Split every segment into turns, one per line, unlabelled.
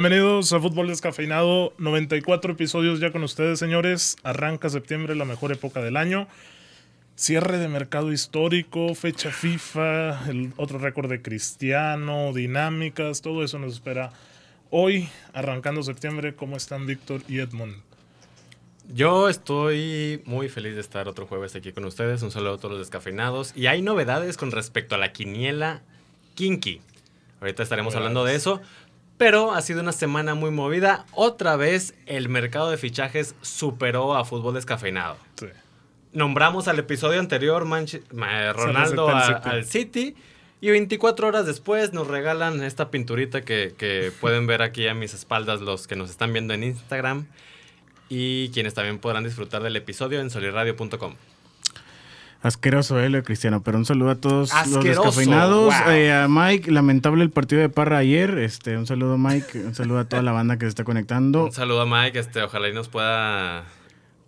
Bienvenidos a Fútbol Descafeinado, 94 episodios ya con ustedes, señores. Arranca septiembre, la mejor época del año. Cierre de mercado histórico, fecha FIFA, el otro récord de Cristiano, dinámicas, todo eso nos espera hoy, arrancando septiembre. ¿Cómo están Víctor y Edmond?
Yo estoy muy feliz de estar otro jueves aquí con ustedes. Un saludo a todos los descafeinados. Y hay novedades con respecto a la quiniela Kinky. Ahorita estaremos
Novedades.
hablando de eso. Pero ha sido una semana muy movida. Otra vez el mercado de fichajes superó a fútbol descafeinado.
Sí.
Nombramos al episodio anterior Manche- ma- Ronaldo
acepta el
a-
City.
al City. Y 24 horas después nos regalan esta pinturita que, que pueden ver aquí a mis espaldas los que nos están viendo en Instagram. Y quienes también podrán disfrutar del episodio en solirradio.com.
Asqueroso, eh, lo de Cristiano. Pero un saludo a todos los
Asqueroso,
descafeinados.
wow.
Eh, a Mike, lamentable el partido de Parra ayer. Este, un saludo, Mike. Un saludo a toda la banda que se está conectando.
Un saludo a Mike, este, ojalá y nos pueda...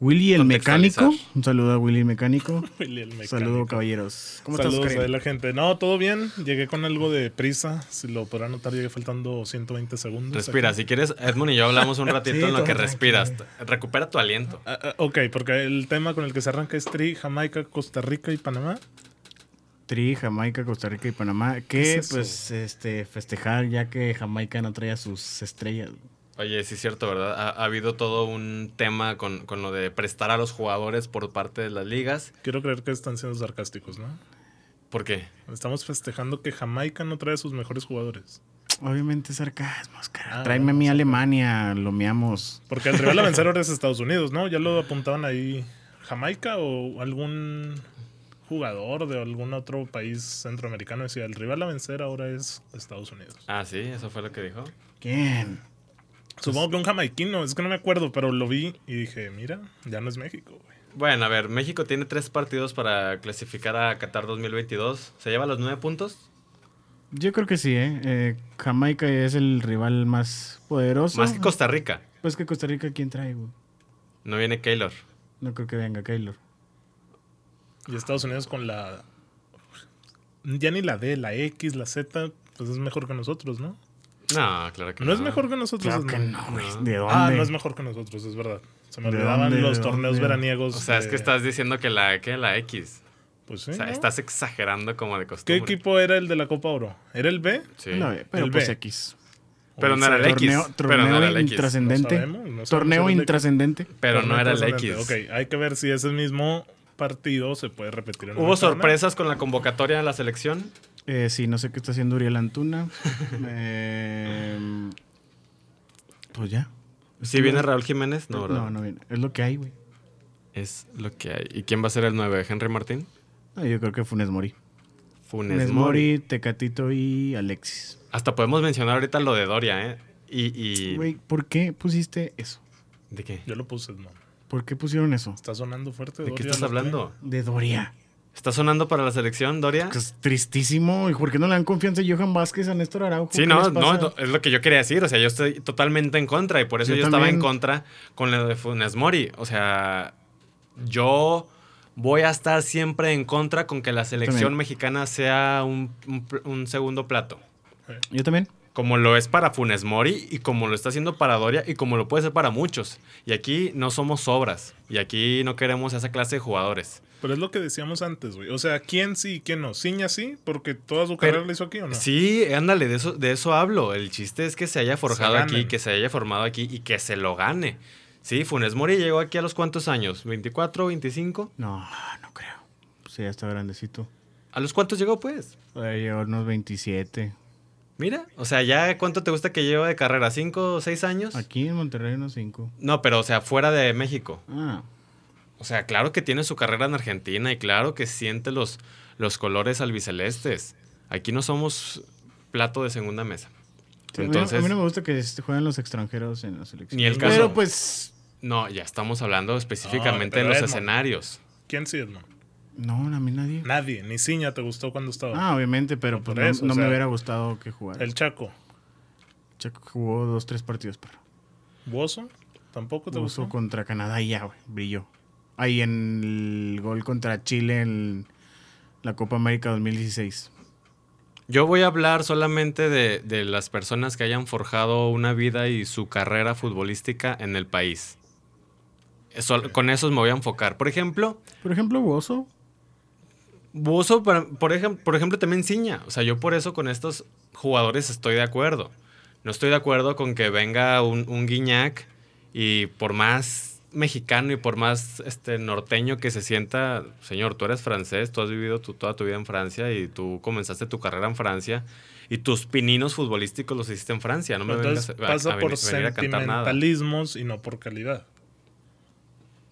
Willy, el
Contextualizar.
mecánico. Un saludo a Willy, el mecánico.
Willy el mecánico.
Saludo, caballeros. ¿Cómo
Saludos
estás,
a
Karim?
la gente. No, todo bien. Llegué con algo de prisa. Si lo podrán notar, llegué faltando 120 segundos.
Respira, si quieres, Edmund y yo hablamos un ratito
Sí,
en lo
todo
que
tranquilo.
respiras. Recupera tu aliento.
Ah, ah, ok, porque el tema con el que se arranca es Tri, Jamaica, Costa Rica y Panamá.
Tri, Jamaica, Costa Rica y Panamá.
¿Qué
Que,
es eso?
pues, este, festejar ya que Jamaica no trae a sus estrellas.
Oye, sí es cierto, ¿verdad? Ha, ha habido todo un tema con, con lo de prestar a los jugadores por parte de las ligas.
Quiero creer que están siendo sarcásticos, ¿no?
¿Por qué?
Estamos festejando que Jamaica no trae a sus mejores jugadores.
Obviamente sarcasmo, Oscar.
Ah,
Tráeme a mí a Alemania, lo meamos.
Porque el rival a vencer ahora es Estados Unidos, ¿no? Ya lo apuntaban ahí Jamaica o algún jugador de algún otro país centroamericano decía, el rival a vencer ahora es Estados Unidos.
Ah, sí, eso fue lo que dijo.
¿Quién?
Supongo que un jamaiquino, es que no me acuerdo, pero lo vi y dije, mira, ya no es México, güey.
Bueno, a ver, México tiene tres partidos para clasificar a Qatar 2022. ¿Se lleva los nueve puntos?
Yo creo que sí, ¿eh? Eh, Jamaica es el rival más poderoso.
Más que Costa Rica.
Pues que Costa Rica, ¿quién trae, güey?
No viene Keylor.
No creo que venga Keylor.
Y Estados Unidos con la... Ya ni la D, la X, la Z, pues es mejor que nosotros, ¿no?
No, claro que no.
No es mejor que nosotros.
Claro
Pues es
que
mal.
no, güey.
No.
¿De dónde?
Ah, no es mejor que nosotros, es verdad. Se me
¿De
olvidaban
dónde,
los
de
torneos
dónde?
veraniegos.
O sea, es
de-
que estás diciendo que la, que la X.
Pues sí,
O sea,
¿no?
estás exagerando como de
¿Qué
costumbre.
equipo era el de la Copa Oro? ¿Era el B?
Sí.
No, eh, pero
El
pues
B.
X.
Pero no era el X.
Torneo,
Pero no era
torneo
el X.
No
intrascendente.
sabemos, no sabemos
torneo
si era el X.
intrascendente.
Pero no era el
Exactamente.
X.
Ok, hay que ver si ese mismo partido se puede repetir en
¿Hubo
una torneo.
sorpresas con la convocatoria de la selección?
Eh, sí, no sé qué está haciendo Uriel Antuna. Eh, pues ya.
¿Sí viene Raúl Jiménez? No,
No,
¿verdad?
no, viene. Es lo que hay, güey.
Es lo que hay. ¿Y quién va a ser el 9? ¿Henry Martín?
No, yo creo que Funes Mori.
Funes,
Funes
Mori.
Mori, Tecatito y Alexis.
Hasta podemos mencionar ahorita lo de Doria, ¿eh? Y... y-
Güey, ¿por qué pusiste eso?
¿De qué?
Yo lo puse, no.
¿Por qué pusieron eso?
Está sonando fuerte.
¿De qué
Doria,
estás
¿no?
hablando?
De Doria.
¿Está sonando para la selección, Doria?
Que Es tristísimo. ¿Y por qué no le dan confianza a Johan Vázquez, a Néstor Araujo?
Sí,
¿Qué
no,
les
no,
pasa?
no, es lo que yo quería decir. O sea, yo estoy totalmente en contra y por eso yo,
Yo
estaba en
también.
contra con lo de Funes Mori. O sea, yo voy a estar siempre en contra con que la selección
También.
mexicana sea un, un pl- un segundo plato.
Yo también.
Como lo es para Funes Mori y como lo está haciendo para Doria y como lo puede ser para muchos. Y aquí no somos obras y aquí no queremos esa clase de jugadores.
Pero es lo que decíamos antes, güey. O sea, ¿quién sí y quién no? ¿Ciña sí? Porque toda su
Pero-
carrera la hizo aquí, ¿o no?
Sí, ándale, de eso, de eso hablo. El chiste es que se haya forjado
ganen.
aquí, que se haya formado aquí y que se lo gane. Sí, Funes Mori llegó aquí a los cuántos años, 24, 25.
No, no creo. Pues ya está grandecito.
¿A los cuántos llegó pues?
Ay, yo unos 27.
Mira, o sea, ya cuánto te gusta que lleva de carrera, cinco o seis años.
Aquí en Monterrey unos 5.
No, pero o sea, fuera de México.
Ah,
O sea, claro que tiene su carrera en Argentina y claro que siente los, los colores albicelestes. Aquí no somos plato de segunda mesa.
sí, a mí no-
Entonces,
a, mí, no me gusta que este- jueguen los extranjeros en la selección.
Ni el caso.
Pero pues,
no, ya estamos hablando específicamente
Ah,
pero
de los
Edmond.
escenarios.
¿Quién sí, no?
no, a mí nadie.
Nadie. Ni Ciña te gustó cuando estaba.
Ah, obviamente, pero
No,
pues,
por
no,
eso,
no
o
me
sea,
hubiera gustado que jugara.
El Chaco.
Chaco jugó dos, tres partidos, perro.
¿Buoso? ¿Tampoco te
Uso
gustó?
contra Canadá y ya, güey, brilló. Ahí en el gol contra Chile en la Copa América 2016.
Yo voy a hablar solamente de, de las personas que hayan forjado una vida y su carrera futbolística en el país. Sol- con esos me voy a enfocar. Por ejemplo,
Por ejemplo, Bozo.
Buzo, para- por, ejem- por ejemplo, también Ciña. O sea, yo por eso con estos jugadores estoy de acuerdo. No estoy de acuerdo con que venga un, un Guiñac y por más mexicano y por más este, norteño que se sienta, señor, tú eres francés, tú has vivido tu- toda tu vida en Francia y tú comenzaste tu carrera en Francia y tus pininos futbolísticos los hiciste en Francia. No me vengas
Entonces
a,
pasa
a
por
venir- venir a cantar nada.
sentimentalismos y no por calidad.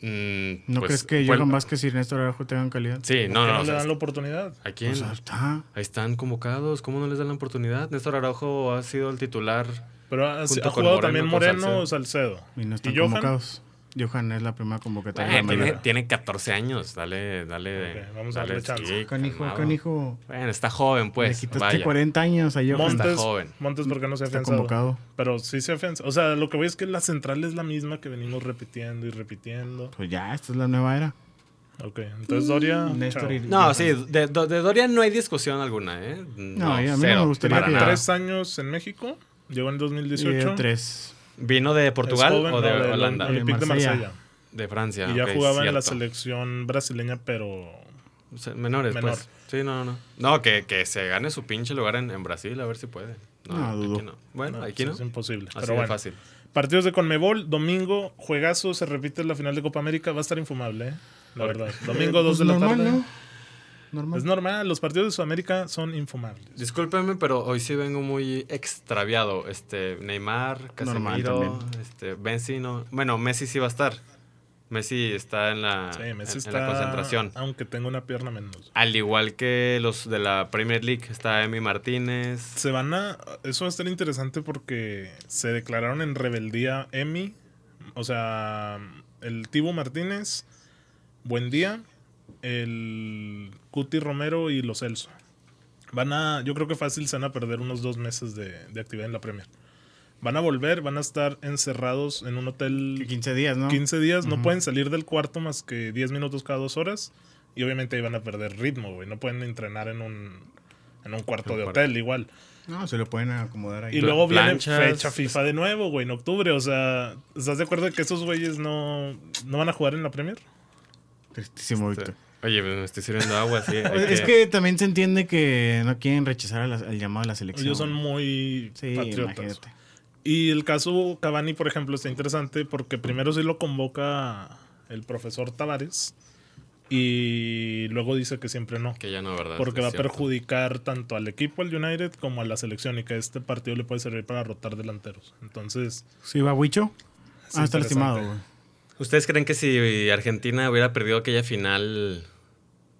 Mm,
¿No
pues,
crees que
fue-
Johan Vázquez y Néstor Araujo tengan calidad?
Sí,
¿Por
no,
qué
no.
no
o
le
sea,
dan la oportunidad?
¿A quién?
O sea, está.
Ahí están convocados, ¿cómo no les dan la oportunidad? Néstor Araujo ha sido el titular.
Pero ha, ha
Junto con
jugado
Moreno,
también
con
Moreno o Salcedo.
Y no están
¿Y Johan?
convocados. Johan es la primera convocatoria.
Eh,
de la
tiene,
mañana.
tiene 14 años, dale, dale.
Ok, vamos a
dale,
darle chance.
sí,
Canijo,
calmado.
canijo.
Bueno, está joven,
Le
pues.
quitaste
Vaya.
40 años a Johan.
Monta-
Montes,
joven.
Montes porque no se ha
está
afianzado.
convocado.
Pero sí se afianza. O sea, lo que voy es que la central es la misma que venimos repitiendo y repitiendo.
Pues ya, esta es la nueva era.
Ok, entonces Doria.
Mm, Néstor
chao.
y-
No, sí, de, de- de Dorian no hay discusión alguna, ¿eh?
No, y a mí no me
cero,
gustaría
para
que-
nada.
Tres años en México. Llegó en
Y
2018.
tres.
¿Vino de Portugal
Es joven,
o de
no, del
Holanda?
de-
Olympique de
Marsella.
Marsella.
De Francia.
Y ya
ok,
jugaba en la
cierto.
selección brasileña, pero.
O sea, Menores,
Menor.
pues. Sí, no, no. No, No, que, que se gane su pinche lugar en, en Brasil, a ver si puede. No,
No,
aquí
dudo.
no. Bueno,
no,
aquí no.
Es imposible.
Así
pero
de
bueno.
fácil.
Partidos de Conmebol, domingo, juegazo, se repite la final de Copa América, va a estar infumable, ¿eh? la verdad. Domingo 2 de la
Pues normal,
tarde.
¿no? Normal.
Es normal, los partidos de Sudamérica son infumables.
Discúlpeme, pero hoy sí vengo muy extraviado. Este, Neymar,
Normal
Casemiro,
también.
este, Messi no. Bueno, Messi sí va a estar. Messi está en la,
Sí, Messi
en-
está.
Ah, en la concentración.
Aunque tenga una pierna menos.
Al igual que los de la Premier League, está Emi Martínez.
Se van a. Eso va a estar interesante porque se declararon en rebeldía Emi. O sea, el Tibu Martínez, Buendía, el Cuti Romero y los Celso. Van a. Yo creo que fácil se van a perder unos dos meses de, de actividad en la Premier. Van a volver, van a estar encerrados en un
Que
hotel
15 días, ¿no?
15 días, no
Ujú.
pueden salir del cuarto más que 10 minutos cada dos horas. Y obviamente ahí van a perder ritmo, güey. No pueden entrenar en un, en un cuarto
Un
de
cuarto.
hotel igual.
No, se lo pueden acomodar ahí.
Y luego viene
planchas,
fecha FIFA de nuevo, güey, en octubre. O sea, ¿estás de acuerdo que esos güeyes no, no van a jugar en la Premier?
Tristísimo,
Este,
Víctor.
Oye, me estoy sirviendo agua, sí. hay
Es que también se entiende que no quieren rechazar a la- al llamado de la selección.
Ellos son muy
Sí,
patriotas.
imagínate.
Y el caso Cavani, por ejemplo, está interesante porque primero sí lo convoca el profesor Tavares y luego dice que siempre no.
Ah,
que ya no, ¿verdad?
Porque
Es
va a
cierto.
perjudicar tanto al equipo, al United, como a la selección y que este partido le puede servir para rotar delanteros. Entonces,
Sí, va
es
Huicho. Ah,
interesante.
está lastimado, güey.
¿Ustedes creen que si Argentina hubiera perdido aquella final,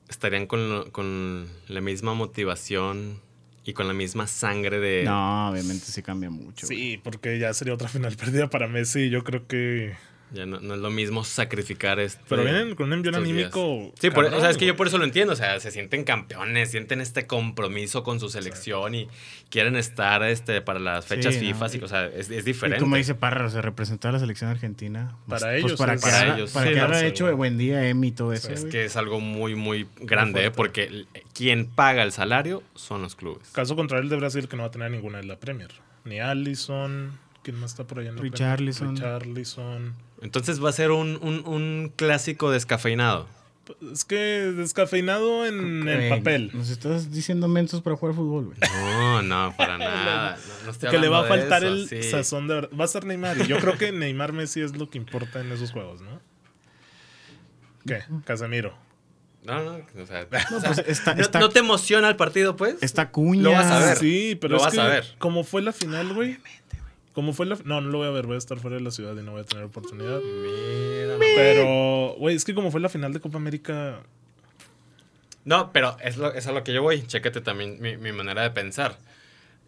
estarían con, lo- con la misma motivación y con la misma sangre de...
No, obviamente sí cambia mucho. güey.
Sí, porque ya sería otra final perdida para Messi. Yo creo que.
Ya no, no es lo mismo sacrificar este...
Pero vienen con un envío
estos
anímico.
Sí, por,
cabrón,
o sea, es que yo por
güey.
eso lo entiendo. O sea, se sienten campeones, sienten este compromiso con su selección y quieren estar este, para las fechas
Sí, no,
FIFA.
y-
O sea, es, es
Y
diferente.
como dice Parra, o sea, representar a la selección argentina.
Para
pues,
ellos,
para
es-
que,
para
haga-
ellos,
para
sí,
que
no
habrá
sé,
hecho
güey.
buen día, Emi y todo eso.
Sí,
es
güey.
que es algo muy, muy grande,
Muy fuerte.
¿eh? porque el- quien paga el salario son los clubes.
Caso contrario el de Brasil, que no va a tener ninguna en la Premier. Ni Allison. ¿Quién más está por allá en la
Richarlison.
Premier? Richarlison.
Entonces va a ser un, un- un clásico descafeinado.
Pues, Es que descafeinado en el
Güey,
papel.
Nos estás diciendo mensos para jugar fútbol, güey.
No, no, para nada. No, no estoy
Que le va a
hablando de
faltar
eso,
el
sí.
sazón de verdad. Va a ser Neymar. Y yo creo que Neymar Messi es lo que importa en esos juegos, ¿no? ¿Qué? Casemiro.
No, no, o sea,
No, pues está,
¿no-
está,
¿no te emociona el partido, pues?
está cuña.
Lo vas a ver.
Sí, pero
Lo
es
vas
que
a ver.
como fue la final, güey. Como fue la No, no lo voy a ver, voy a estar fuera de la ciudad y no voy a tener oportunidad.
Mira,
Pero, güey, es que como fue la final de Copa América,
No, pero es, lo- es a lo que yo voy. Chécate también mi, mi manera de pensar.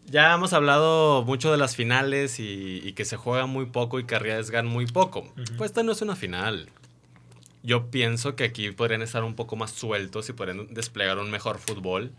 Ya hemos hablado mucho de las finales y, y que se juega muy poco y que arriesgan muy poco. Pues esta no es una final. Yo pienso que aquí podrían estar un poco más sueltos y podrían desplegar un mejor fútbol.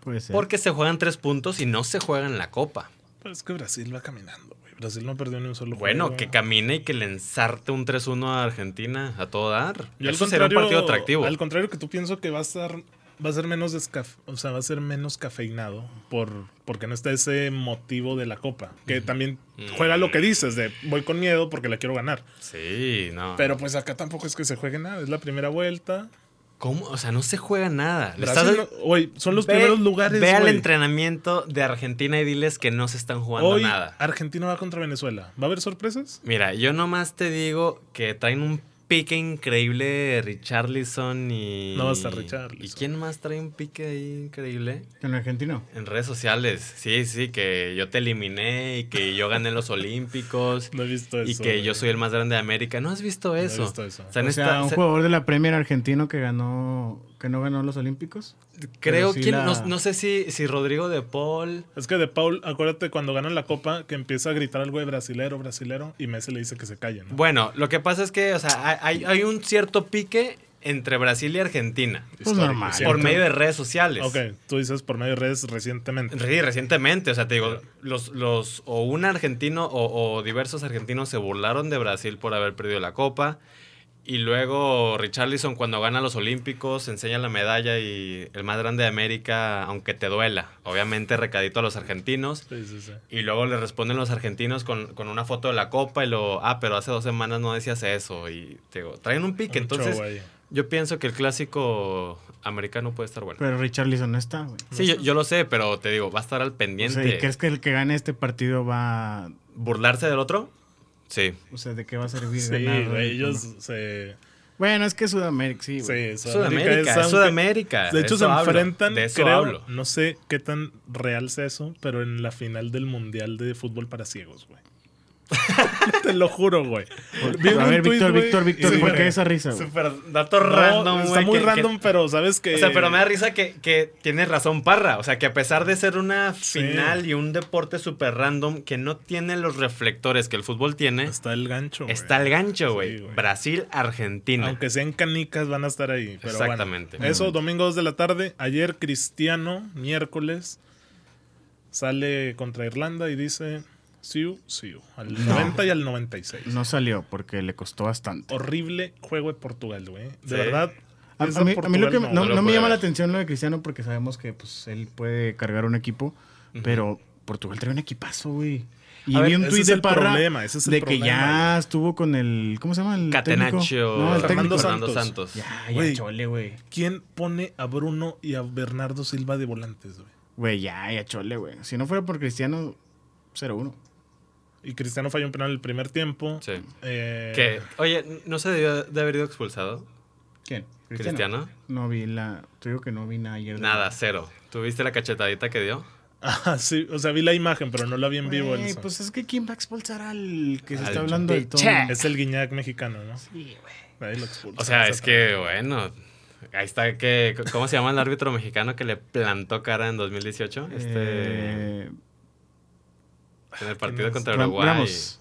Puede ser.
Porque se juegan tres puntos y no se juegan la copa.
pues es que Brasil va caminando, güey. Brasil no perdió ni un solo
Bueno,
juego.
que camine y que le ensarte un 3-1 a Argentina a todo dar.
Yo al
Eso sería un partido
contrario-
atractivo.
Al contrario que tú pienso que va a estar va a ser menos descaf- o sea, va a ser menos cafeinado por porque no está ese motivo de la copa, que también
Mm.
juega lo que dices de voy con miedo porque la quiero ganar.
Sí, no.
Pero pues acá tampoco es que se juegue nada, es la primera vuelta.
¿Cómo? O sea, no se juega nada. Le estás-
Brasil, no- güey, son los
Ve-
primeros lugares.
Ve al
güey.
entrenamiento de Argentina y diles que no se están jugando
Hoy
nada.
Argentina va contra Venezuela. ¿Va a haber sorpresas?
Mira, yo nomás te digo que traen un pique increíble Richarlison y.
No va a estar Richarlison.
¿Y quién más trae un pique ahí increíble?
En argentino.
En redes sociales. Sí, sí, que yo te eliminé y que yo gané los Olímpicos.
No he visto eso.
Y que yo soy el más grande de América. ¿No has visto
he
eso?
visto eso.
O sea, en
O sea,
esta-
un
se-
jugador de la Premier argentino que ganó que no ganó los Olímpicos.
creo
pero sí
que
la-
no, no sé si, si Rodrigo de Paul.
Es que de Paul, acuérdate cuando ganan la copa que empieza a gritar algo de brasilero, brasilero y Messi le dice que se calle, ¿no?
Bueno, lo que pasa es que, o sea, hay, hay un cierto pique entre Brasil y Argentina.
Pues normal.
Histórico,
Por
¿cierto?
medio de redes sociales.
Ok, tú dices por medio de redes recientemente.
Sí, recientemente, o sea, te digo, los, los, o un argentino o, o diversos argentinos se burlaron de Brasil por haber perdido la copa. Y luego Richarlison cuando gana los Olímpicos enseña la medalla y el más grande de América, aunque te duela. Obviamente recadito a los argentinos.
Sí, sí, sí.
Y luego le responden los argentinos con, con una foto de la copa y lo, ah, pero hace dos semanas no decías eso. Y te digo, traen un pique.
Un
Entonces
show ahí.
yo pienso que el clásico americano puede estar bueno.
Pero Richarlison no está, güey.
Sí, yo, yo lo sé, pero te digo, va a estar al
O
pendiente.
sea, ¿y crees que el que gane este partido va.
¿Burlarse del otro? Sí.
O sea, ¿de qué va a servir
Sí,
ganar?
güey, ellos
No.
se.
Bueno, es que Sudamérica, sí, güey.
Sí,
Sudamérica,
es
es
aunque-
Sudamérica.
De hecho,
eso
se
hablo,
enfrentan,
de eso
creo,
hablo.
no sé qué tan real sea eso, pero en la final del Mundial de Fútbol para Ciegos, güey. Te lo juro, güey. Vi
a
un
ver,
tuit,
Víctor,
güey,
Víctor,
y
Víctor,
sí,
¿por
güey.
qué esa risa, güey?
Súper dato
No,
random,
está
güey,
muy
que-
random,
que-
pero sabes que...
o sea, pero me da risa que, que tiene razón Parra. O sea, que a pesar de ser una
Sí.
final y un deporte súper random que no tiene los reflectores que el fútbol tiene,
Está el gancho, güey.
¿Eh? está el gancho,
Sí,
güey.
güey.
Brasil-Argentina.
Aunque sean canicas, van a estar ahí. Pero
Exactamente.
bueno. eso, domingo 2 de la tarde. Ayer Cristiano, miércoles, sale contra Irlanda y dice... Siu, siu. Al
No.
90 y al 96.
No salió porque le costó bastante.
Horrible juego de Portugal, güey. De
Sí.
verdad.
A, a
esa
mí, a mí lo
Portugal
que
no,
no,
no lo
no me
pude
llama la
ver.
atención lo de Cristiano porque sabemos que pues él puede cargar un equipo,
Ujú.
pero Portugal trae un equipazo, güey. Y
A
vi
ver,
un
ese
tuit
es
de
el
Parra
problema, ese es el
de que
problema,
ya estuvo con el ¿cómo se llama? El técnico.
Catenaccio.
No, el
Fernando
técnico.
Santos.
Fernando Santos.
Ya, ya
Güey.
chole, güey.
¿Quién pone a Bruno y a Bernardo Silva de volantes, güey?
Güey, ya, ya chole, güey. Si no fuera por Cristiano 0-1.
Y Cristiano falló un penal el primer tiempo.
Sí.
Eh,
Que, oye, ¿no se debió de haber ido expulsado?
¿Quién?
¿Cristiano?
No vi la, te digo que no vi nada ayer. de-
Nada, cero. ¿Tuviste la cachetadita que dio?
Ah, sí, o sea, vi la imagen, pero no la vi en vivo.
Güey,
Elsa.
pues es que quién va a expulsar al que se
Al
está hablando del todo.
Pichek.
Es el guiñac mexicano, ¿no?
Sí, güey.
Ahí lo expulsan.
O sea, es
Etcétera.
que, bueno, ahí está que, ¿cómo se llama el árbitro mexicano que le plantó cara en 2018? Este,
Eh,
en el partido
es?
contra
Ram-
Uruguay.
Ramos.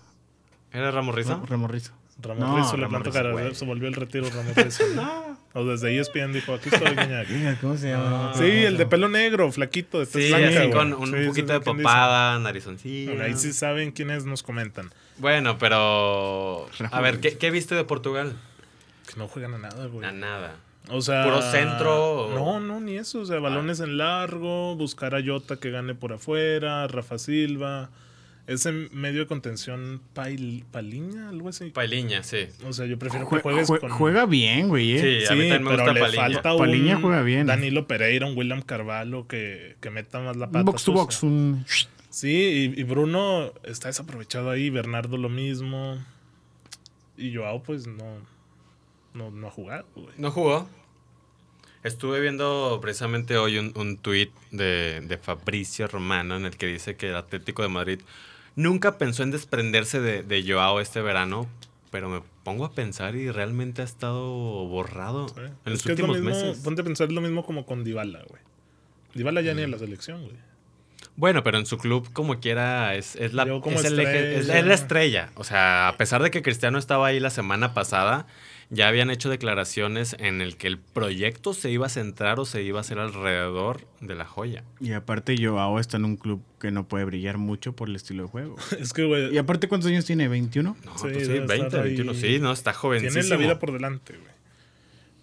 ¿Era Ramos Rizo?
Ram- Ramos Rizzo.
Ramón
No,
Rizzo le
Ramón
plantó
Rizzo,
cara,
güey.
se volvió el retiro Ramón Rizzo. ¿no? O desde E ESPN dijo, aquí estoy guiñac.
Mira, ¿Cómo se
llama?
llama?
Sí, el de pelo negro, flaquito, de tez
Sí,
blanca,
así
güey.
con un
Sí, sí,
poquito
sí,
de
¿quién dice?
papada,
Bueno,
narizoncilla.
ahí sí saben quién es, nos comentan.
Bueno, pero... A
Ramos
ver, ¿qué,
Rizo.
qué viste de Portugal?
Que no juegan a nada, güey.
A nada.
O sea,
¿Puro centro Ah.
No,
o-
no, ni eso. O sea, balones en largo, buscar a Jota que gane por afuera, Rafa Silva. Ese medio de contención, Pail- Paliña, algo así.
Pailiña, sí.
O sea, yo prefiero
Jue-
que juegues
jue-
con.
Juega bien, güey. eh.
Sí, a
Sí,
mí también me
pero
gusta
le
Pailiña.
falta un
Paliña juega bien.
Danilo Pereira, un William Carvalho que, que meta más la pata.
Un box to
sucia.
box. Un...
Sí, y, y Bruno está desaprovechado ahí, Bernardo lo mismo. Y Joao, pues no. No, no ha jugado, güey.
No jugó. Estuve viendo precisamente hoy un, un tuit de, de Fabricio Romano en el que dice que el Atlético de Madrid nunca pensó en desprenderse de, de Joao este verano, pero me pongo a pensar y realmente ha estado borrado
Sí. Es
en los
que es lo
últimos
mismo,
meses.
ponte a pensar lo mismo como con Dybala, güey. Dybala ya ni
Mm.
en la selección, güey.
Bueno, pero en su club, como quiera, es, es la,
Llegó como
es el eje- es-
estrella.
es la estrella. O sea, a pesar de que Cristiano estaba ahí la semana pasada, ya habían hecho declaraciones en el que el proyecto se iba a centrar o se iba a hacer alrededor de la joya.
Y aparte, Joao está en un club que no puede brillar mucho por el estilo de juego.
Es que, güey,
Y aparte, ¿cuántos años tiene? ¿21?
No,
Sí,
pues sí,
debe estar
20, 21,
ahí.
sí, no, está
tiene
jovencísimo.
la vida por delante, güey.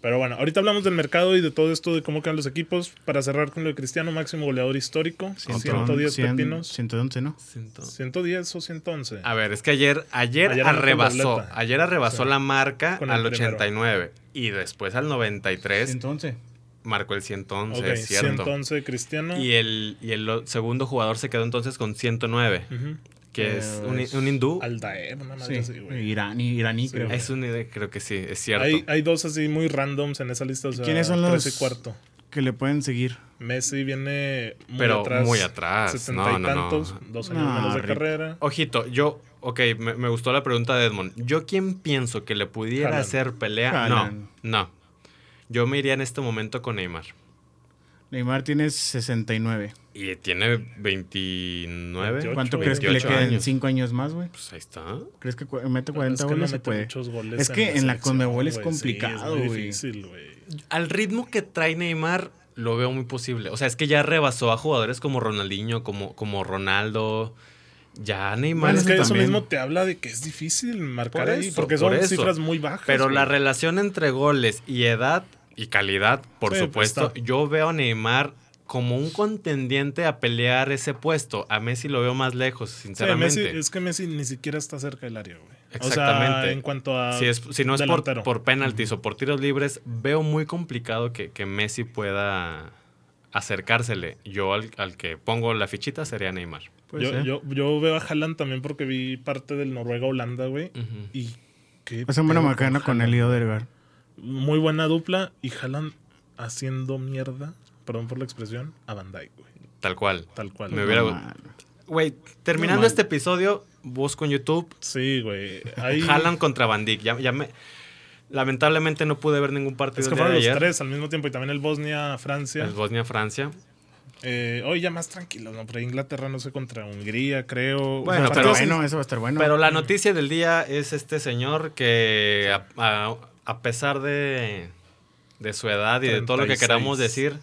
Pero bueno, ahorita hablamos del mercado y de todo esto, de cómo quedan los equipos. Para cerrar con lo de Cristiano, máximo goleador histórico,
Otro,
110
100,
pepinos.
111, ¿no?
Siento-
110 o 111.
A ver, es que ayer, ayer,
Ayer anotó
arrebasó,
Pauleta.
ayer arrebasó
Sí.
la marca
Con el
al
primero.
89 y después al 93
111.
marcó el 111,
Ok,
es cierto.
111 Cristiano.
Y eh, el, y el o- segundo jugador se quedó entonces con 109,
Ujú.
que es un,
Es-
un hindú.
Aldair, una
Sí,
madre así, güey.
iraní, iraní
Sí.
creo.
Es un hindú, creo que sí, es cierto.
Hay, hay dos así muy randoms en esa lista. O sea,
¿Quiénes son los-
13 y cuarto.
Que le pueden seguir.
Messi viene muy
Pero
atrás.
muy atrás.
70
No,
y
no, no.
tantos, dos años
No,
menos de
Rick. Oh,
carrera.
Ojito, yo, ok, me, me gustó la pregunta de Edmond. ¿Yo quién pienso que le pudiera
Haaland.
hacer pelea?
Haaland.
No, no. Yo me iría en este momento con Neymar.
Neymar tiene 69.
Y tiene 29.
28,
¿Cuánto
güey.
crees que le
28
queden?
años.
¿Cinco años más, güey?
Pues ahí está.
¿Crees que cu- mete
Pero es
40
que le
goles? Se
meten
puede.
muchos goles
Es que en la
selección,
Conmebol es
güey.
complicado,
Sí, es muy
güey.
difícil, güey.
Al ritmo que trae Neymar, lo veo muy posible. O sea, es que ya rebasó a jugadores como Ronaldinho, como, como Ronaldo. Ya Neymar.
Bueno,
Bueno,
es
eso
que eso
también.
mismo te habla de que es difícil marcar
Por
ahí,
eso,
porque
por
son
eso.
cifras muy bajas.
Pero la
güey.
relación entre goles y edad y calidad, por
Sí, pues,
supuesto,
está.
yo veo a Neymar como un contendiente a pelear ese puesto. A Messi lo veo más lejos,
Sí, Messi-
sinceramente.
es que Messi ni siquiera está cerca del área, güey. O sea,
Exactamente.
en cuanto a.
si, es- si no es por,
delantero.
por penaltis o por tiros libres, veo muy complicado que, que Messi pueda acercársele. Yo al, al que pongo la fichita sería Neymar.
Puede
yo,
ser.
yo, yo veo a Haaland también porque vi parte del Noruega-Holanda, güey.
Ujú.
Y qué
Hacen buena
pedo
macana con él y Odegaard.
Muy buena dupla y Haaland haciendo mierda, perdón por la expresión, a Van Dijk, güey.
Tal cual.
Tal cual.
Me hubiera-
No, mal.
Güey, terminando
Normal.
este episodio, busco en YouTube
Sí, güey. Ahí...
Haaland contra Van Dijk. Ya, ya me... Lamentablemente no pude ver ningún
Es
partido
que
el día
fueron
de
los
ayer.
tres al mismo tiempo y también el Bosnia-Francia.
Es Bosnia-Francia.
Eh, hoy ya más tranquilos, ¿no? Pero Inglaterra no sé contra Hungría, creo.
Bueno,
O sea,
pero-
partidos-
bueno, eso va a estar bueno. eh,
Pero la noticia del día es este señor que, a, a- a pesar de, de su edad y de todo lo que
36.
queramos decir,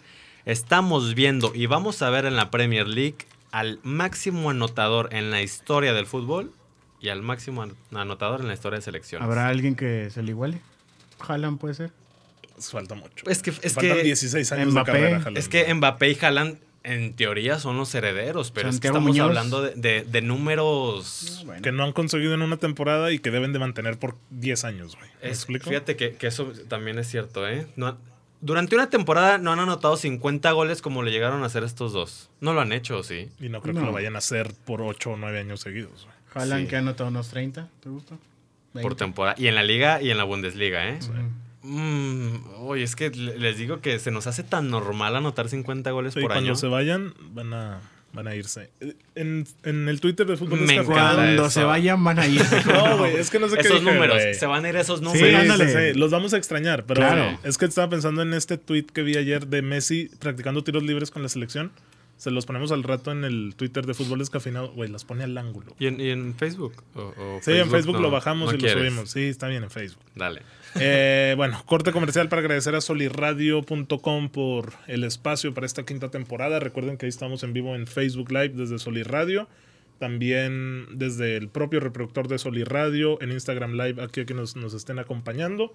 estamos viendo y vamos a ver en la Premier League al máximo anotador en la historia del fútbol y al máximo an- anotador en la historia de selecciones.
¿Habrá alguien que se le iguale? Haaland puede ser.
Falta mucho.
Es que- es
Faltan
que-
16 años
Mbappé-
de carrera, Haaland.
Es que Mbappé y Haaland en teoría son los herederos, pero es que
Santiago
estamos
Muñoz.
hablando de, de- de números...
Bueno.
Que no han conseguido en una temporada y que deben de mantener por 10 años, güey. ¿Me
Es-
explico?
Fíjate que, que eso también es cierto, ¿eh? No han- durante una temporada no han anotado 50 goles como le llegaron a hacer estos dos. No lo han hecho, ¿sí?
Y no creo que
No.
lo vayan a hacer por 8 o 9 años seguidos, güey.
Haaland
Sí.
que ha anotado unos 30, ¿te gusta?
Por
20.
temporada. Y en la Liga y en la Bundesliga, ¿eh?
Ujú.
Mm, oye, es que le- les digo que se nos hace tan normal anotar 50 goles
Sí,
por
cuando
año.
se vayan, van a, van a irse. Eh, En, en el Twitter de Fútbol
Me
Descafeinado-
encanta
Cuando
eso.
se vayan van a ir.
No, güey, es que no sé qué
esos
dije,
números,
güey.
se van a ir esos
Sí,
números.
sí,
ándale.
sí, los vamos a extrañar, pero
Claro.
es que estaba pensando en este tweet que vi ayer de Messi practicando tiros libres con la selección. Se los ponemos al rato en el Twitter de Fútbol Descafeinado, güey, las pone al ángulo.
¿Y, en, y en Facebook? O- o
Sí, en Facebook
no-
lo bajamos
no
y lo
quieres.
subimos. Sí, está bien en Facebook.
Dale.
Eh, bueno, corte comercial para agradecer a solirradio.com por el espacio para esta quinta temporada. Recuerden que ahí estamos en vivo en Facebook Live desde Solirradio. También desde el propio reproductor de Solirradio, en Instagram Live, aquí a que nos, nos estén acompañando.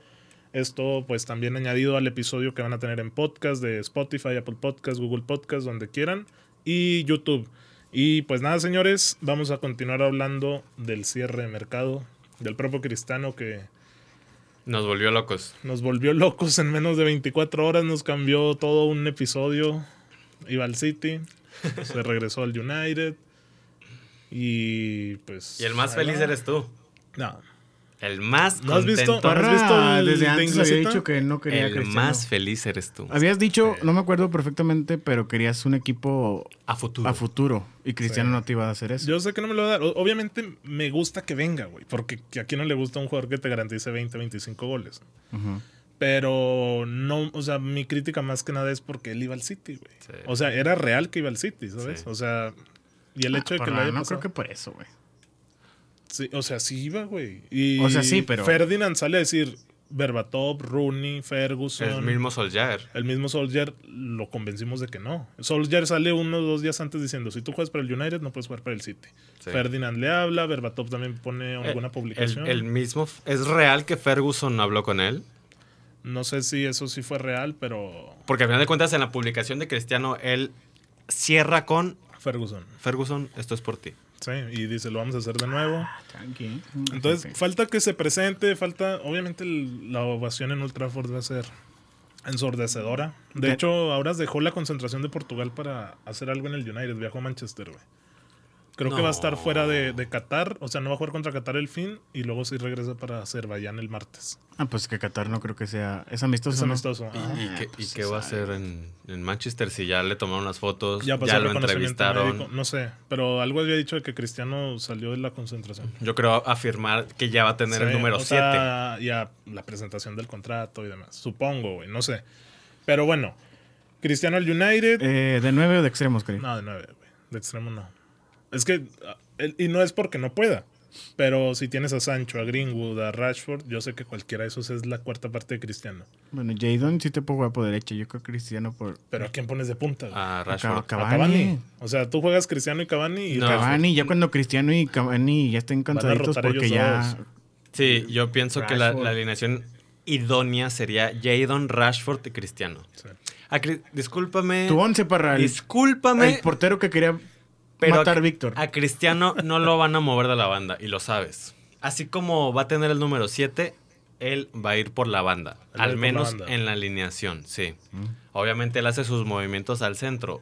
Esto pues también añadido al episodio que van a tener en podcast de Spotify, Apple Podcast, Google Podcast, donde quieran, y YouTube. Y pues nada, señores, vamos a continuar hablando del cierre de mercado, del propio Cristiano que
Nos volvió locos.
nos volvió locos en menos de 24 horas, nos cambió todo un episodio. Iba al City, se regresó al United y pues...
Y el más
ahí
feliz
va.
eres tú.
No,
El más
¿No has visto?
contento.
¿Has
Parra,
visto el de
desde antes había
Inglesita?
dicho que no quería a
El
Cristiano.
más feliz eres tú.
Habías dicho,
Sí.
no me acuerdo perfectamente, pero querías un equipo
A futuro.
a futuro y Cristiano
Sí.
no te iba a hacer eso.
yo sé que no me lo va a dar. O- Obviamente me gusta que venga, güey, porque a quién no le gusta un jugador que te garantice 20, 25 goles.
Ujú.
Pero no, o sea, mi crítica más que nada es porque él iba al City, güey.
Sí.
O sea, era real que iba al City, ¿sabes?
Sí.
O sea, y el hecho de que
Parra,
lo haya
no
pasado-
creo que Ah, por eso, güey.
Sí, o sea, sí iba, güey. Y
O sea, sí, pero-
Ferdinand sale a decir Berbatov, Rooney, Ferguson.
El mismo Solskjaer.
el mismo Soldier lo convencimos de que no. Soldier sale unos dos días antes diciendo, si tú juegas para el United, no puedes jugar para el City.
Sí.
Ferdinand le habla, Berbatov también pone alguna
Eh,
publicación.
El, el mismo. ¿Es real que Ferguson habló con él?
No sé si eso sí fue real, pero
Porque al final de cuentas, en la publicación de Cristiano, él cierra con
Ferguson.
Ferguson, esto es por ti.
Sí, y dice, lo vamos a hacer de nuevo.
Tranqui.
Entonces, falta que se presente, falta, obviamente el- la ovación en Old Trafford va a ser ensordecedora. De
Ya.
hecho, ahora dejó la concentración de Portugal para hacer algo en el United, viajó a Manchester, güey. Creo que va a estar
No.
fuera de, de Qatar, o sea, no va a jugar contra Qatar el fin y luego sí regresa para Azerbaiyán el martes.
Ah, pues que Qatar no creo que sea. Es
Pues
amistoso.
Es
¿no?
amistoso. ajá.
¿Y, qué,
pues
y
se
qué va a
sabe.
hacer en, en Manchester si ya le tomaron las fotos, Pues ya,
Ya pasó el
lo
reconocimiento médico,
entrevistaron?
no sé, pero algo había dicho de que Cristiano salió de la concentración.
Yo creo afirmar que ya va a tener el
Sí,
número
o
7.
sea, Y a la presentación del contrato y demás. Supongo, güey. No sé. Pero bueno. Cristiano al United.
Eh, ¿De nueve o de extremos, creo?
No, de nueve, güey. De extremo no. Es que. ah, el- Y no es porque no pueda. Pero si tienes a Sancho, a Greenwood, a Rashford, yo sé que cualquiera de esos es la cuarta parte de Cristiano.
Bueno, Jadon sí te puedo jugar por derecha. Yo creo que Cristiano por.
Pero ¿a quién pones de punta? güey?
a
Ca-
Rashford.
A
Cavani.
Cavani. O sea, tú juegas Cristiano y Cavani y
No.
Rashford.
Cavani, ya cuando Cristiano y Cavani ya estén
a
cansaditos
rotar ellos
porque ya.
dos.
Sí, yo pienso que la,
Rashford.
la alineación idónea sería Jadon, Rashford y Cristiano.
Sí.
Ah, Cri- discúlpame.
Tu once para el,
Discúlpame.
el portero que quería
pero
matar
a,
Víctor.
a Cristiano no lo van a mover de la banda y lo sabes. Así como va a tener el número 7, él va a ir por la banda.
Él va a ir
al
por
menos
la banda. Mm.
en la alineación, sí. Obviamente él hace sus movimientos al centro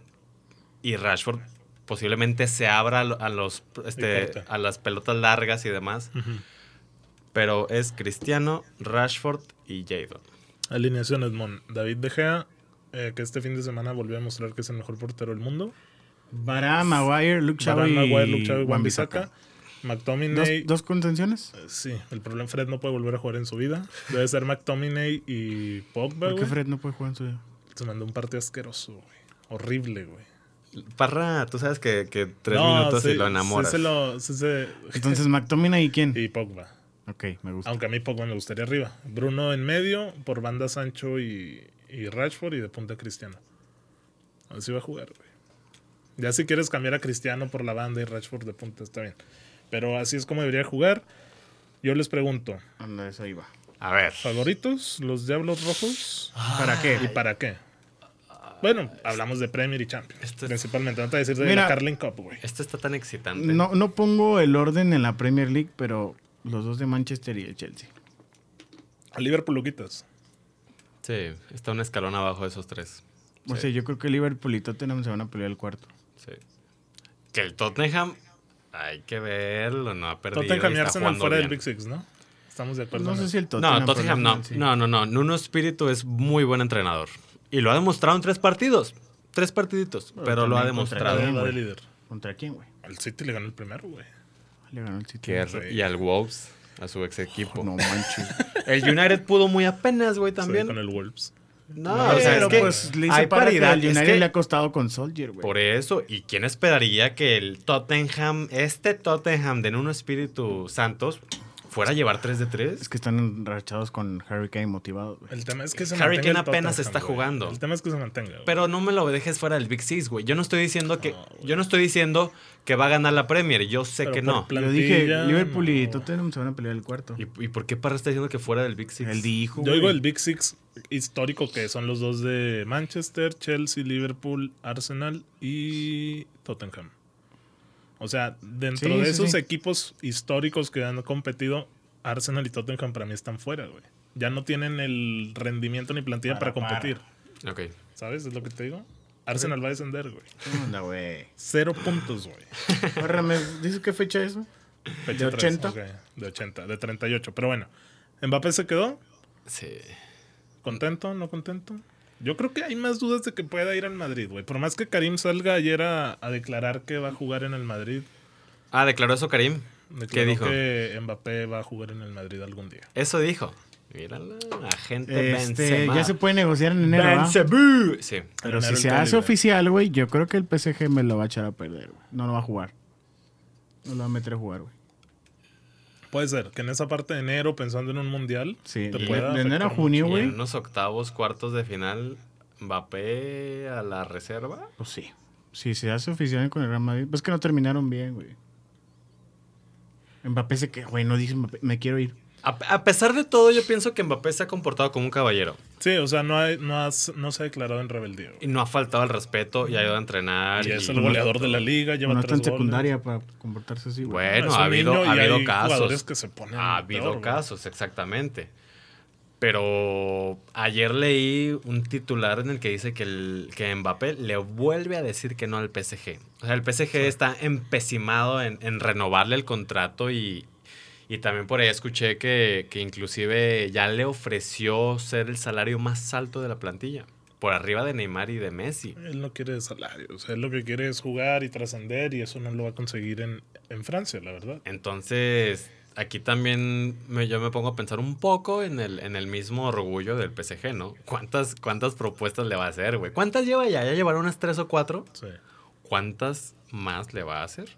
y Rashford posiblemente se abra a lo- a, los, este,
corta.
a las pelotas largas y demás.
Ujú.
Pero es Cristiano, Rashford y Jadon.
Alineaciones, Mon. David De Gea, eh, que este fin de semana volvió a mostrar que es el mejor portero del mundo.
Bará, Maguire, Luke Shaw
Varane,
y
Maguire, Luke Shaw y Wan-Bissaka.
Wan-Bissaka. ¿Dos,
McTominay.
dos contenciones?
eh, Sí, el problema Fred no puede volver a jugar en su vida. Debe ser McTominay y Pogba,
¿Por qué
güey.
Fred no puede jugar en su día?
Se mandó un partido asqueroso, güey. Horrible, güey.
Parra, tú sabes que, que tres
No,
minutos
sí,
y lo
sí
enamoras.
se lo- sí se-
Entonces, McTominay y quién?
y Pogba.
Ok, me gusta.
Aunque a mí Pogba me gustaría arriba. Bruno en medio, por banda Sancho y, y Rashford y de punta Cristiano. Así va a jugar, güey. Ya si quieres cambiar a Cristiano por la banda y Rashford de punta, está bien. Pero así es como debería jugar. Yo les pregunto,
Anda, eso ahí va.
A ver.
¿favoritos los Diablos Rojos?
¿Para qué?
¿Y para qué? Bueno, hablamos de Premier y Champions.
Esto Este es-
principalmente, no te voy a decir de
Mira.
la Carling Cup, güey.
Esto este está tan excitante.
No, no pongo el orden en la Premier League, pero los dos de Manchester y el Chelsea.
A Liverpool lo quitas.
Sí, está un escalón abajo de esos tres.
O
Sí,
sea, yo creo que Liverpool y Tottenham se van a pelear el cuarto.
sí. Que el Tottenham, hay que verlo, no ha perdido. y
Tottenham y
está
Arsenal
jugando
fuera del
bien.
Big Six, ¿no? Estamos de acuerdo.
no
en
sé
eso.
si el Tottenham.
No, Tottenham
pero
no.
sí.
No, no, no. Nuno Espíritu es muy buen entrenador. Y lo ha demostrado en tres partidos. Tres partiditos,
Bueno,
pero lo ha
también contra
demostrado.
el-
Va de
güey.
líder.
¿Contra quién, güey?
Al City le ganó el primero, güey.
Le ganó el City.
Que r- y al Wolves, a su ex equipo.
No manches.
El United pudo muy apenas, güey,
Sí,
también.
con el Wolves.
No,
No,
o sea, es
pero
que
pues le hizo
Ah, hay paridad.
Al
es
United
que
le ha costado con Soldier, güey.
Por eso, ¿y quién esperaría que el Tottenham, este Tottenham de Nuno Espíritu Santos, fuera a llevar 3 de 3?
Es que están enrachados con Harry Kane motivados, güey.
El tema es que se
Harry
mantenga
Kane
el
apenas
Tottenham,
está
güey.
jugando.
El tema es que se mantenga. güey.
Pero no me lo dejes fuera del Big Six, güey. Yo no estoy diciendo que yo no estoy diciendo que va a ganar la Premier, yo sé
Pero
que
por
no.
plan-
Yo dije,
plantilla,
Liverpool y
no.
Tottenham se van a pelear el cuarto.
¿Y, y por qué Parra está diciendo que fuera del Big Six?
Él dijo,
Yo
güey.
digo el Big Six histórico que son los dos de Manchester, Chelsea, Liverpool, Arsenal y Tottenham. O sea, dentro
Sí,
de
sí,
esos
sí.
equipos históricos que han competido, Arsenal y Tottenham para mí están fuera, güey. Ya no tienen el rendimiento ni plantilla para,
Para, para.
competir.
Ok.
¿Sabes? Es lo que te digo. Arsenal va a descender, güey.
¿Qué onda, güey?
Cero puntos, güey.
Bárrame, ¿Dices qué fecha es, güey?
Fecha
¿De
tres,
80?
ok, de 80, de 38. Pero bueno, Mbappé se quedó.
Sí.
¿Contento? ¿No contento? Yo creo que hay más dudas de que pueda ir al Madrid, güey. Por más que Karim salga ayer a, a declarar que va a jugar en el Madrid.
Ah, declaró eso Karim. ¿Qué
declaró
dijo?
Que Mbappé va a jugar en el Madrid algún día.
Eso dijo. Mírala, agente
Este,
Benzema.
ya se puede negociar en enero, ¿va?
Benzema. Sí.
En
Pero si
enero
se
el Cali,
hace
güey.
oficial, güey, yo creo que el PSG me lo va a echar a perder, güey. No lo va a jugar. No lo va a meter a jugar, güey.
Puede ser que en esa parte de enero, pensando en un mundial,
Sí,
te
de,
pueda
de
afectar
enero a
mucho.
junio,
Y en
güey.
unos octavos, cuartos de final, Mbappé a la reserva.
Pues sí. Si se hace oficial con el Real Madrid, pues que no terminaron bien, güey. Mbappé se que, güey, no dice Mbappé, me quiero ir.
A, a pesar de todo, yo pienso que Mbappé se ha comportado como un caballero.
Sí, o sea, no, hay- no, has- no se ha declarado en rebeldía. güey.
Y no ha faltado al respeto y ha ido a entrenar.
Y
y-
es el goleador de la liga, lleva
no está
tres
en
goles.
secundaria para comportarse así. güey.
Bueno,
es
ha
un
habido,
niño
ha
y
habido
hay
casos.
jugadores que se ponen
ha habido
peor, güey.
casos, exactamente. Pero ayer leí un titular en el que dice que, el, que Mbappé le vuelve a decir que no al PSG. O sea, el PSG está empecimado en, en renovarle el contrato y, y también por ahí escuché que, que inclusive ya le ofreció ser el salario más alto de la plantilla, por arriba de Neymar y de Messi.
Él no quiere salario, o sea, él lo que quiere es jugar y trascender y eso no lo va a conseguir en, en Francia, la verdad.
Entonces, aquí también me- yo me pongo a pensar un poco en el, en el mismo orgullo del PSG, ¿no? ¿Cuántas, cuántas propuestas le va a hacer, güey? ¿Cuántas lleva ya? ¿Ya llevaron unas tres o cuatro?
Sí.
¿Cuántas más le va a hacer?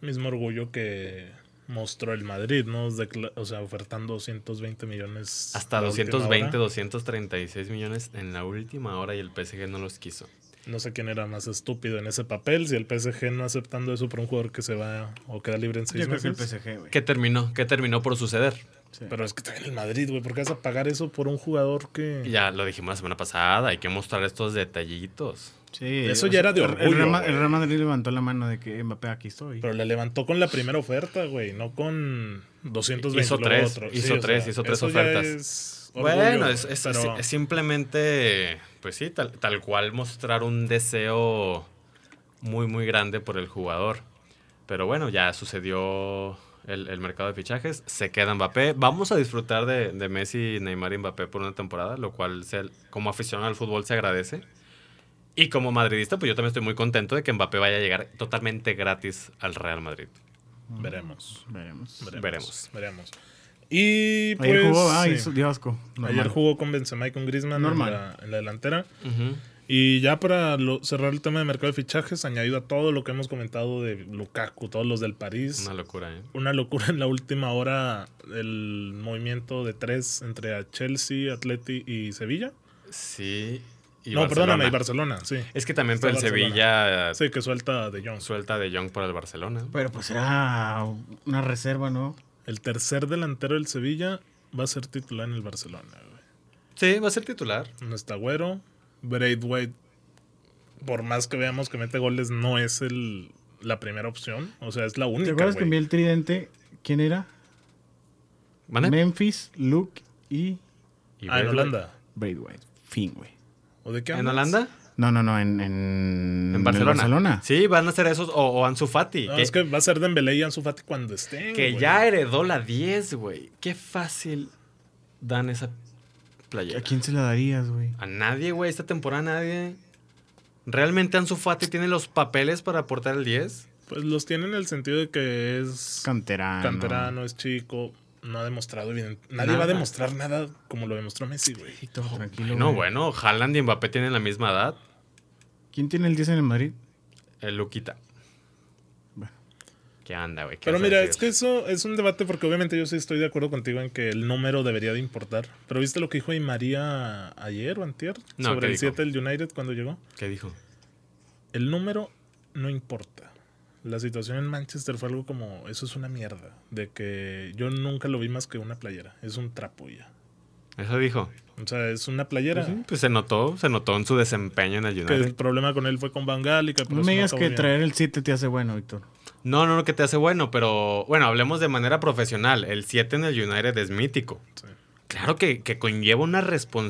Mismo orgullo que mostró el Madrid, ¿no? Decla- o sea, ofertando 220 millones.
Hasta
a la última
220,
hora.
236 millones en la última hora y el PSG no los quiso.
No sé quién era más estúpido en ese papel, si el PSG no aceptando eso por un jugador que se va o queda libre en seis
Yo creo
meses.
que el PSG, güey.
¿Qué terminó? ¿Qué terminó por suceder?
Sí.
Pero es que también el Madrid, güey, ¿por qué vas a pagar eso por un jugador que...
Ya lo dijimos la semana pasada, hay que mostrar estos detallitos.
Sí,
Eso
o
ya era de
el-
orgullo,
El Real, Ma-
güey.
el Real Madrid levantó la mano de que Mbappé aquí estoy.
Pero le levantó con la primera oferta, güey, no con 220.
Hizo
y luego
tres, hizo
o sea,
tres, hizo tres
eso ya
ofertas.
es orgullo,
Bueno, es, es-
pero
es- es simplemente, pues sí, tal, tal cual mostrar un deseo muy, muy grande por el jugador. Pero bueno, ya sucedió el, el mercado de fichajes, se queda Mbappé. Vamos a disfrutar de, de Messi, Neymar y Mbappé por una temporada, lo cual se- como aficionado al fútbol se agradece. Y como madridista, pues yo también estoy muy contento de que Mbappé vaya a llegar totalmente gratis al Real Madrid.
veremos,
Veremos.
veremos.
Veremos.
Veremos. Y pues...
Ayer jugó, ah,
sí.
hizo dio asco.
Ayer
Normal.
jugó con Benzema y con Griezmann en
Normal.
la, en la delantera. Y ya para lo- cerrar el tema de mercado de fichajes, añadido a todo lo que hemos comentado de Lukaku, todos los del París.
Una locura, ¿eh?
una locura en la última hora el movimiento de tres entre a Chelsea, Atleti y Sevilla.
Sí. y
no, perdóname, y
Barcelona.
Barcelona, sí.
Es que también
Está
el
Barcelona.
Sevilla
Sí, que suelta de Jong.
suelta de Young por el Barcelona.
Pero pues era una reserva, ¿no?
El tercer delantero del Sevilla va a ser titular en el Barcelona. güey.
Sí, va a ser titular.
No está Güero. Braithwaite, por más que veamos que mete goles, no es el, la primera opción. O sea, es la
¿Te
única,
acuerdas que
güey.
envié el tridente? ¿Quién era?
¿Vale?
Memphis, Luke
Y
y
Ah, en
Braithwaite.
Holanda.
Braithwaite. Fin, güey.
¿O de qué
¿En
hablas?
Holanda?
No, no, no, en, en,
En
en
Barcelona.
Barcelona.
Sí, van a ser esos. O, o Ansu Fati.
No,
que,
es que va a ser Dembélé y Ansu Fati cuando estén.
que
güey.
ya heredó la 10, güey. Qué fácil dan esa playera.
¿A quién se la darías, güey?
A nadie, güey. Esta temporada nadie. ¿Realmente Ansu Fati tiene los papeles para aportar el 10?
Pues los tiene en el sentido de que es
Canterano.
canterano, es chico, no ha demostrado evidente- Nadie
Nada.
va a demostrar nada como lo demostró Messi, güey.
Sí, todo tranquilo.
No,
güey.
bueno. Haaland y Mbappé tienen la misma edad.
¿Quién tiene el 10 en el Madrid?
El Luquita.
Bueno.
¿Qué anda, güey? ¿Qué
Pero
vas a
mira,
decir?
es que eso es un debate porque obviamente yo sí estoy de acuerdo contigo en que el número debería de importar. Pero viste lo que dijo Di María ayer o antier
No, ¿qué
sobre el
dijo?
7 del United cuando llegó.
¿Qué dijo?
El número no importa. La situación en Manchester fue algo como, eso es una mierda, de que yo nunca lo vi más que una playera, es un trapo ya.
Eso dijo.
O sea, es una playera.
Pues sí, pues se notó, se notó en su desempeño en el
Que
United.
el problema con él fue con Van Gaal y que por
No
eso
me digas
acabó
que
bien.
traer el 7 te hace bueno, Víctor.
No, no, no, que te hace bueno, pero bueno, hablemos de manera profesional. El 7 en el United es mítico.
Sí.
Claro que, que conlleva una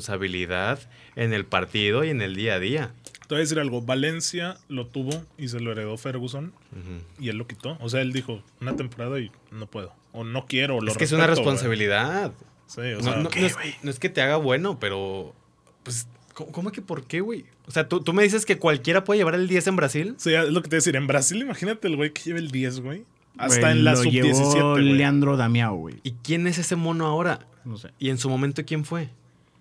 responsabilidad en el partido y en el día a día.
Te voy a decir algo. Valencia lo tuvo y se lo heredó Ferguson
Ujú.
y él lo quitó. O sea, él dijo una temporada y no puedo. O no quiero. o lo
Es que es una
respeto,
responsabilidad.
güey. Sí, o
No,
sea,
no-
¿qué,
no es,
güey?
no es que te haga bueno, pero pues, ¿cómo, cómo que por qué, güey? O sea, ¿tú, tú me dices que cualquiera puede llevar el 10 en Brasil.
Sí, es lo que te voy a decir. En Brasil, imagínate el güey que lleva el 10, güey. Hasta
Güey,
en la
lo llevó
sub-17, güey.
Leandro Damiao, güey.
¿Y quién es ese mono ahora?
No sé.
¿Y en su momento quién fue?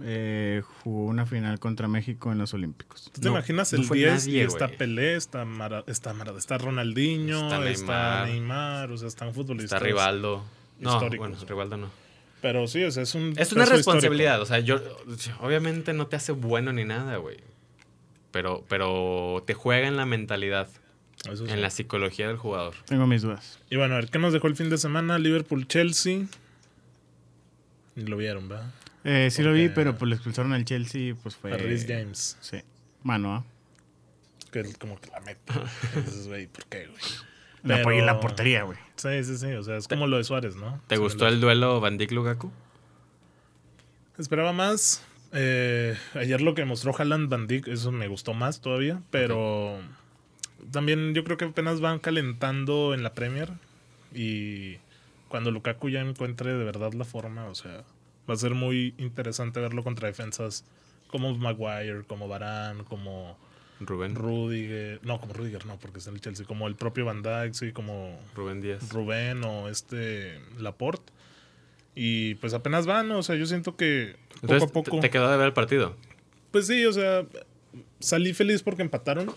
Eh, jugó una final contra México en los Olímpicos.
¿Tú te
No,
imaginas
no
el
fue
10
nadie,
y está
güey.
Pelé, está, Mara- está, Mara- está Ronaldinho,
Está
está Neymar.
Neymar.
o sea, están futbolistas.
Está Rivaldo. No,
históricos,
bueno,
güey.
Rivaldo no.
Pero sí, o sea, es un.
Es una
peso
responsabilidad, o sea, yo obviamente no te hace bueno ni nada, güey. Pero, pero te juega en la mentalidad,
histórico. Eso sí.
en la psicología del jugador.
Tengo mis dudas.
Y bueno, a ver, ¿qué nos dejó el fin de semana? Liverpool-Chelsea. Ni Lo vieron, ¿verdad?
Eh, sí lo
Porque-
vi, pero pues le expulsaron al Chelsea, pues fue...
A Rhys James.
Sí. Mano, ¿ah?
Que él como que la mete. Entonces, güey, ¿por qué, güey?
Le
Pero-
apoyé en la portería, güey.
Sí, sí, sí. O sea, es como lo de Suárez, ¿no?
¿Te
Sí,
gustó
me
el duelo Van Dijk Lukaku?
lo- Esperaba más. Eh, ayer lo que mostró Haaland Van Dijk, eso me gustó más todavía. Pero también yo creo que apenas van calentando en la Premier. Y cuando Lukaku ya encuentre de verdad la forma, o sea, va a ser muy interesante verlo contra defensas como Maguire, como Varane, como
Rubén.
Rudiger. No, como Rudiger, no, porque está en el Chelsea. Como el propio Van Dijk, sí, como
Rubén Díaz.
Rubén o este Laporte. Y pues apenas van, ¿no? o sea, yo siento que poco
Entonces,
a poco.
te- ¿te quedó de ver el partido?
Pues sí, o sea, salí feliz porque empataron.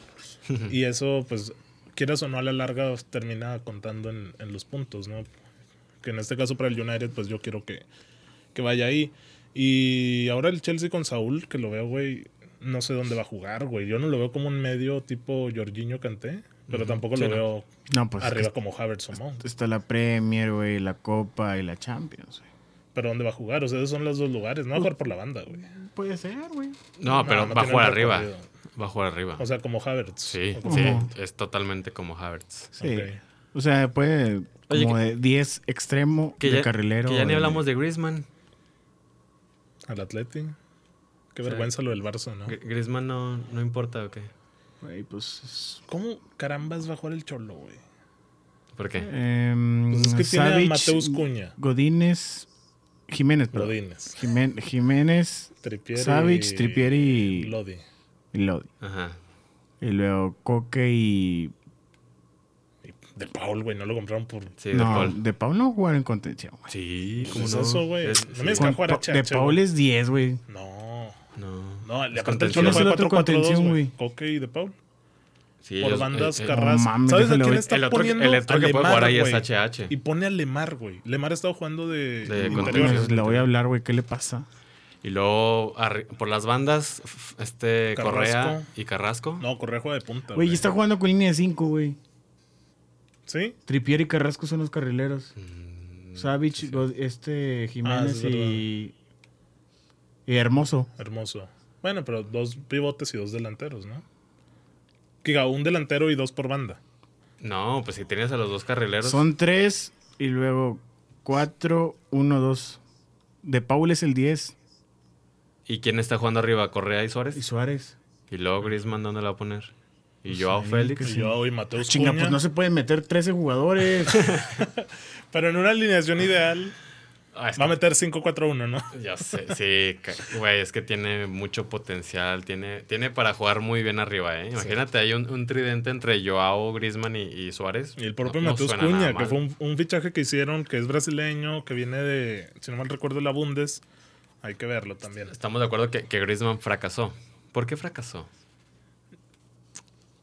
y eso, pues, quieras o no, a la larga os termina contando en, en los puntos, ¿no? Que en este caso para el United, pues yo quiero que, que vaya ahí. Y ahora el Chelsea con Saúl, que lo veo, güey, no sé dónde va a jugar, güey. Yo no lo veo como un medio tipo Jorginho Canté, pero tampoco
Sí,
lo
no.
veo
No, pues es que
arriba como Havertz o
este
Mount.
está la Premier, güey, la Copa y la Champions, güey.
Pero ¿dónde va a jugar? O sea, esos son los dos lugares. No va a jugar por la banda, güey.
Puede ser, güey.
No,
No,
pero
no
va a
tiene
jugar
el
arriba.
recorrido.
Va a jugar arriba.
O sea, como Havertz.
sí,
O como-
sí,
Ujú.
es totalmente como Havertz.
Sí.
Ok.
O sea, puede
Oye,
como
que-
de 10 extremo,
Que
de
ya,
carrilero.
que ya ni hablamos de Griezmann.
Al Atleti. Qué
Sí.
vergüenza lo del Barça, ¿no?
Gr- Griezmann no, no importa o qué.
Güey, pues... es-
¿Cómo carambas va a jugar el Cholo, güey?
¿Por qué?
Em,
Pues es que tiene
Savic,
a Mateus Cuña,
Godínez, Jiménez, perdón.
Rodines,
Jimen- Jiménez,
Tripieri.
Savic, Tripieri y Lodi.
Lodi.
y
Ajá.
luego Coque y...
Y de Paul, güey, no lo compraron por.
Sí, de
no,
Paul.
de Paul no jugar en contención, güey.
Sí,
Pues
¿cómo
es
no?
eso, güey.
Es-
No
sí.
me Es que
Con
jugar a
Pa- de
Chacho,
Paul
güey.
es 10, güey.
No.
No.
No,
Es
le aparte el
contención.
Cholo
Es el
juega
otro
4-4-2,
contención,
güey.
güey.
Coque y de Paul.
Sí,
por
ellos-
bandas,
eh, eh,
Carras.
no mames,
¿Sabes a
déjalo
quién
ver.
está
el otro,
poniendo?
el otro
A
que puede jugar
Lemar,
ahí es
güey.
HH.
Y pone a Lemar, güey. Lemar estaba jugando de,
De
interior.
contención.
Pues le voy a hablar, güey, ¿qué le pasa?
Y luego arri- por las bandas, f- este
Carrasco.
Correa y Carrasco.
No, Correa juega de punta.
Güey, y está jugando con línea de 5, güey.
¿Sí?
Tripier y Carrasco son los carrileros.
Mm,
Savic, God- este
Ah,
Jiménez
sí, es
y, y Hermoso.
Hermoso. Bueno, pero dos pivotes y dos delanteros, ¿no? Diga, un delantero y dos por banda.
No, pues si tienes a los dos carrileros.
Son tres y luego cuatro, uno, dos. De Paul es el 10
¿Y quién está jugando arriba? ¿Correa y Suárez?
y Suárez.
Y luego Griezmann, ¿dónde la va a poner? Y
Pues
Joao
ahí,
Félix.
que
Y
sí.
yo y Mateus
Chinga,
Cunha.
pues no se pueden meter 13 jugadores.
Pero en una alineación ideal
Ah, es
va a
que-
meter 5-4-1, ¿no?
ya sé, sí, ca- güey, es que tiene mucho potencial, tiene, tiene para jugar muy bien arriba, ¿eh? Imagínate, hay un, un tridente entre Joao, Griezmann y, y Suárez.
Y el propio
No- no
Mateus
suena nada
Cuña, que
mal.
fue un, un fichaje que hicieron, que es brasileño, que viene de, si no mal recuerdo, la Bundes. Hay que verlo también.
Estamos de acuerdo que, que Griezmann fracasó. ¿Por qué fracasó?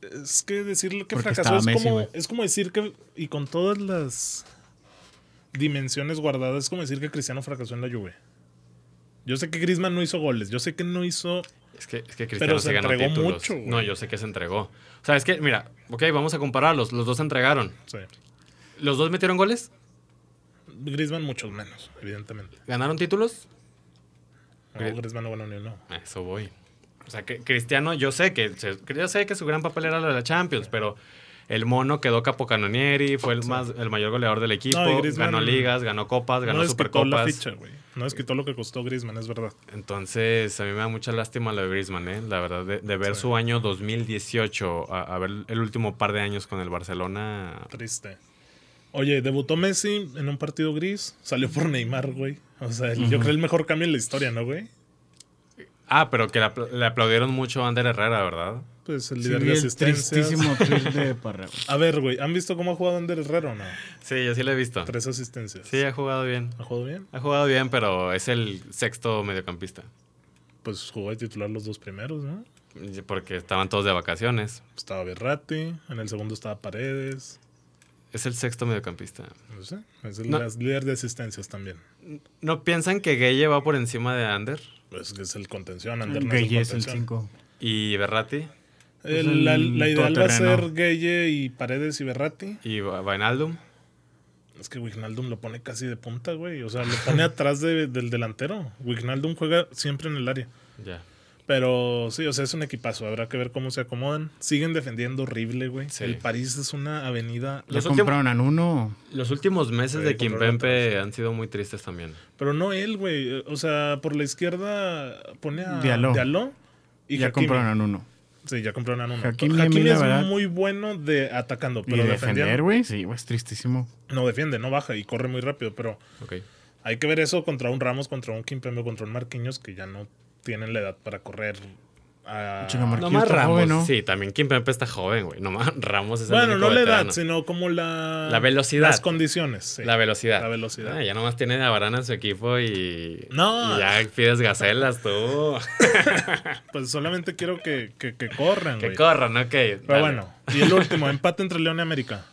Es que decirle que
Porque
fracasó
estaba
es,
Messi,
como,
güey.
es como decir que, y con todas las dimensiones guardadas, es como decir que Cristiano fracasó en la lluvia. Yo sé que Griezmann no hizo goles, yo sé que no hizo
Es que, es que Cristiano
se
se, ganó
entregó
títulos.
mucho, güey.
no, yo sé que se entregó. O sea, es que, mira, ok, vamos a compararlos. Los dos se entregaron.
o sea,
¿Los dos metieron goles?
Griezmann muchos menos, evidentemente.
¿Ganaron títulos?
No,
Gri-
Griezmann no ganó ni uno.
A eso voy. O sea, que Cristiano, yo sé que se- yo sé que su gran papel era la de la Champions, pero el mono quedó capocanonieri, fue el más el mayor goleador del equipo,
No, y Griezmann-
ganó ligas, ganó copas, ganó
no les quitó la
supercopas.
ficha, güey. No les quitó lo que costó Griezmann, es verdad.
Entonces, a mí me da mucha lástima lo de Griezmann, ¿eh? La verdad, de, de ver su año 2018, a, a ver el último par de años con el Barcelona.
Triste. Oye, debutó Messi en un partido gris, salió por Neymar, güey. O sea, el- yo creo el mejor cambio en la historia, ¿no, güey?
Ah, pero que le apl- le aplaudieron mucho a Ander Herrera, ¿verdad?
Pues el
Sí,
líder
vi
de
el
asistencias.
tristísimo tweet de Parra. güey.
A ver, güey, ¿han visto cómo ha jugado Ander Herrera o no?
Sí, yo sí lo he visto.
Tres asistencias.
Sí, ha jugado bien.
¿Ha jugado bien?
Ha jugado bien, pero es el sexto mediocampista.
Pues jugó de titular los dos primeros, ¿no?
Porque estaban todos de vacaciones.
Estaba Berratti, en el segundo estaba Paredes.
Es el sexto mediocampista.
No sé, es el
No.
las- líder de asistencias también.
¿No piensan que Gueye va por encima de Ander
Pues que es el contención, Ander no es el
Gueye es el
contención.
5.
y Berratti
El- la,
Es el
la ideal va a
todoterreno.
ser Gueye y Paredes y Berratti.
y Vainaldum?
Es que Wijnaldum lo pone casi de punta, güey. O sea, lo pone atrás de- del delantero. Wijnaldum juega siempre en el área.
Ya.
Pero sí, o sea, es un equipazo. Habrá que ver cómo se acomodan. Siguen defendiendo horrible, güey.
Sí.
El París es una avenida.
¿Ya
Los últimos-
compraron a Nuno?
Los últimos meses
Sí,
de
compraron
Kimpempe han sido muy tristes también.
Pero no él, güey. O sea, por la izquierda pone a
Diallo.
Diallo.
Y
y
ya
Hakimi.
compraron a Nuno.
Sí, ya compraron a uno.
Hakimi,
Hakimi,
a mí, la
es
verdad-
muy bueno de atacando,
Y
pero
defender,
defendiendo.
güey, sí, güey, es tristísimo.
No defiende, no baja y corre muy rápido, pero
Ok.
hay que ver eso contra un Ramos, contra un Kimpembe, contra un Marquinhos que ya no tienen la edad para correr. a-
Chinga, Marquinhos.
No
Marquillo
más
está
Ramos.
joven, ¿no?
Sí, también Kimpempe está joven, güey. No más Ramos es el
Bueno,
único
no la edad,
veterano.
sino como la...
La velocidad.
Las condiciones, sí.
La velocidad.
La velocidad.
Ah, ya nomás tiene a Varane en su equipo y.
No.
y ya pides gacelas tú.
Pues solamente quiero que, que, que corran,
que
güey.
corran, ok. Pero
Pero bueno, y el último, empate entre León y América.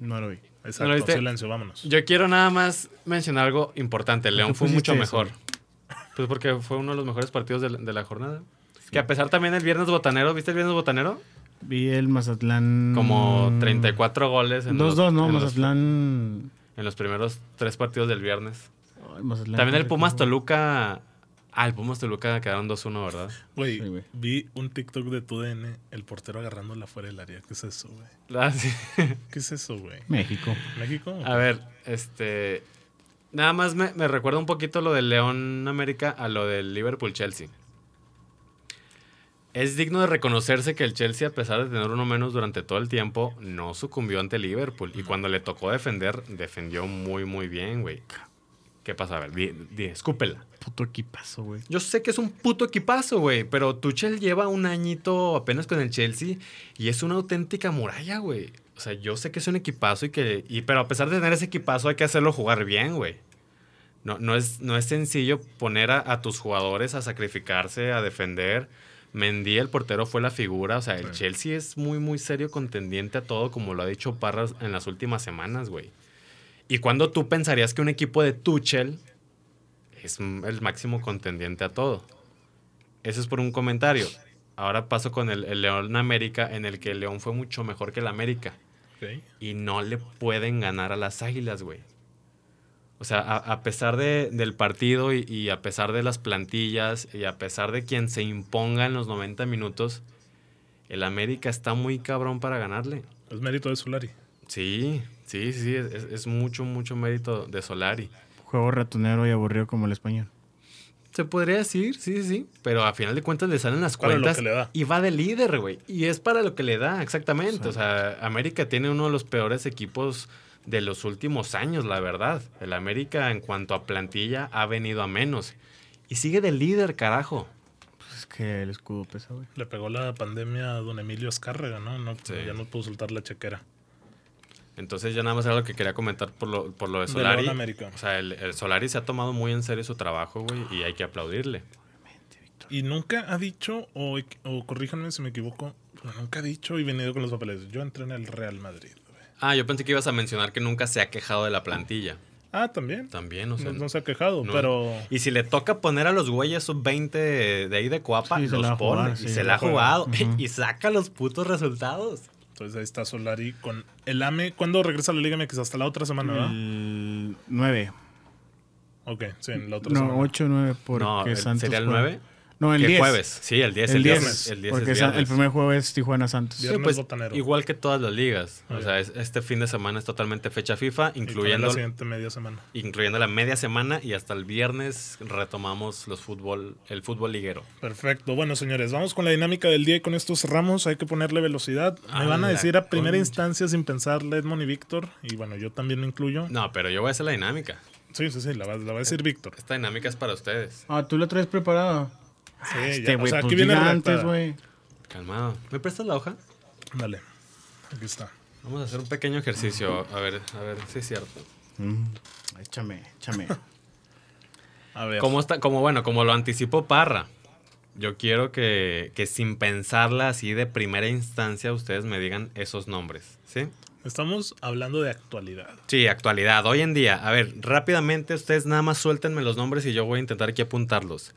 No lo vi.
Exacto,
¿No lo viste?
silencio, vámonos.
Yo quiero nada más mencionar algo importante. León fue
pusiste
mucho
eso?
mejor. Pues porque fue uno de los mejores partidos de la, de la jornada. Que a pesar también el viernes botanero, ¿viste el viernes botanero?
Vi el Mazatlán.
Como 34 goles en los,
2-2, Mm. ¿no?
en los-
Mazatlán.
en los primeros tres partidos del viernes.
Ay, Mazatlán.
También el Pumas Toluca. Ah, el Pumas Toluca quedaron 2-1, ¿verdad?
Güey,
Sí, güey.
vi un TikTok de tu DN, el portero agarrándola fuera del área. ¿Qué es eso, güey?
Ah, sí.
¿Qué es eso, güey?
México.
¿México?
A ver, este. Nada más me, me recuerda un poquito lo del León América a lo del Liverpool Chelsea. Es digno de reconocerse que el Chelsea, a pesar de tener uno menos durante todo el tiempo, no sucumbió ante Liverpool. Y cuando le tocó defender, defendió muy, muy bien, güey. ¿Qué pasa? A ver, di, di, escúpela.
Puto equipazo, güey.
Yo sé que es un puto equipazo, güey, pero Tuchel lleva un añito apenas con el Chelsea y es una auténtica muralla, güey. O sea, yo sé que es un equipazo y que y pero a pesar de tener ese equipazo hay que hacerlo jugar bien, güey. No, no, es, no es sencillo poner a, a tus jugadores a sacrificarse, a defender. Mendy, el portero, fue la figura. O sea, el
Sí.
Chelsea es muy, muy serio contendiente a todo, como lo ha dicho Parras en las últimas semanas, güey. ¿Y cuándo tú pensarías que un equipo de Tuchel es m- el máximo contendiente a todo? Eso es por un comentario. Ahora paso con el, el León América, en el que el León fue mucho mejor que el América.
Ok.
Y no le pueden ganar a las Águilas, güey. O sea, a, a pesar de- del partido y, y a pesar de las plantillas y a pesar de quien se imponga en los 90 minutos, el América está muy cabrón para ganarle.
Es mérito de Solari.
Sí, sí, sí, es, es- es mucho, mucho mérito de Solari.
Juego ratonero y aburrido como el español.
Se podría decir, sí, sí, sí, pero a final de cuentas le salen las
Para lo
cuentas
que le da.
y va de líder, güey. Y es para lo que le da, exactamente. O sea, América tiene uno de los peores equipos de los últimos años, la verdad. El América en cuanto a plantilla ha venido a menos. Y sigue de líder, carajo.
Pues es que el escudo pesa, güey.
Le pegó la pandemia a don Emilio Azcárraga, ¿no? no
Sí.
Ya no pudo soltar la chequera.
Entonces ya nada más era lo que quería comentar por lo, por lo de
De
Pues Solari.
León América.
o sea, el, el Solari se ha tomado muy en serio su trabajo, güey, y hay que aplaudirle.
Y nunca ha dicho, o, o corríjanme si me equivoco, pero nunca ha dicho y venido con los papeles. Yo entré en el Real Madrid, güey.
Ah, yo pensé que ibas a mencionar que nunca se ha quejado de la plantilla.
Ah, también.
También, o sea,
no, no se ha quejado,
no.
pero...
Y si le toca poner a los güeyes sub 20 de ahí de Coapa,
Sí, se
los
la va a jugar,
pone.
sí,
y
se
se
la
la ha
juega.
jugado.
Ujú.
Y saca los putos resultados.
Entonces pues, ahí está Solari con el AME. ¿Cuándo regresa a la Liga MX? Hasta la otra semana, ¿verdad?
Mm.
El 9.
Ok, sí, en la otra semana.
No, 8 9 porque
no, el-
Santos
¿sería el
juega.
9?
No, el
¿Qué
10.
jueves? Sí, el 10.
El 10.
El 10
porque
es
Sa- el
viernes.
primer juego es Tijuana Santos.
Viernes
pues,
botanero.
Igual que todas las ligas. O
Ok.
sea, es- este fin de semana es totalmente fecha FIFA,
Y también
incluyendo,
la siguiente media semana.
incluyendo la media semana y hasta el viernes retomamos los fútbol, el fútbol liguero.
Perfecto. Bueno, señores, vamos con la dinámica del día y con estos ramos hay que ponerle velocidad.
Ah,
Me van a
la
decir a primera
concha.
instancia sin pensar Edmond y Víctor. Y bueno, yo también me incluyo.
No, pero yo voy a hacer la dinámica.
Sí, sí, sí, la va, la va a decir Víctor.
Esta dinámica es para ustedes.
Ah, tú la traes preparada.
Sí,
Ah,
Este
ya. o
güey,
sea,
pues
aquí viene
diga
antes,
antes, güey.
Calmado. ¿Me prestas la hoja?
Dale. Aquí está.
Vamos a hacer un pequeño ejercicio. A ver, a ver, sí es cierto.
Mm, Échame, échame.
A ver.
Como está, como bueno, como lo anticipó Parra. Yo quiero que, que sin pensarla así de primera instancia ustedes me digan esos nombres, ¿sí?
Estamos hablando de actualidad.
Sí, actualidad, hoy en día. A ver, rápidamente ustedes nada más suéltenme los nombres y yo voy a intentar aquí apuntarlos.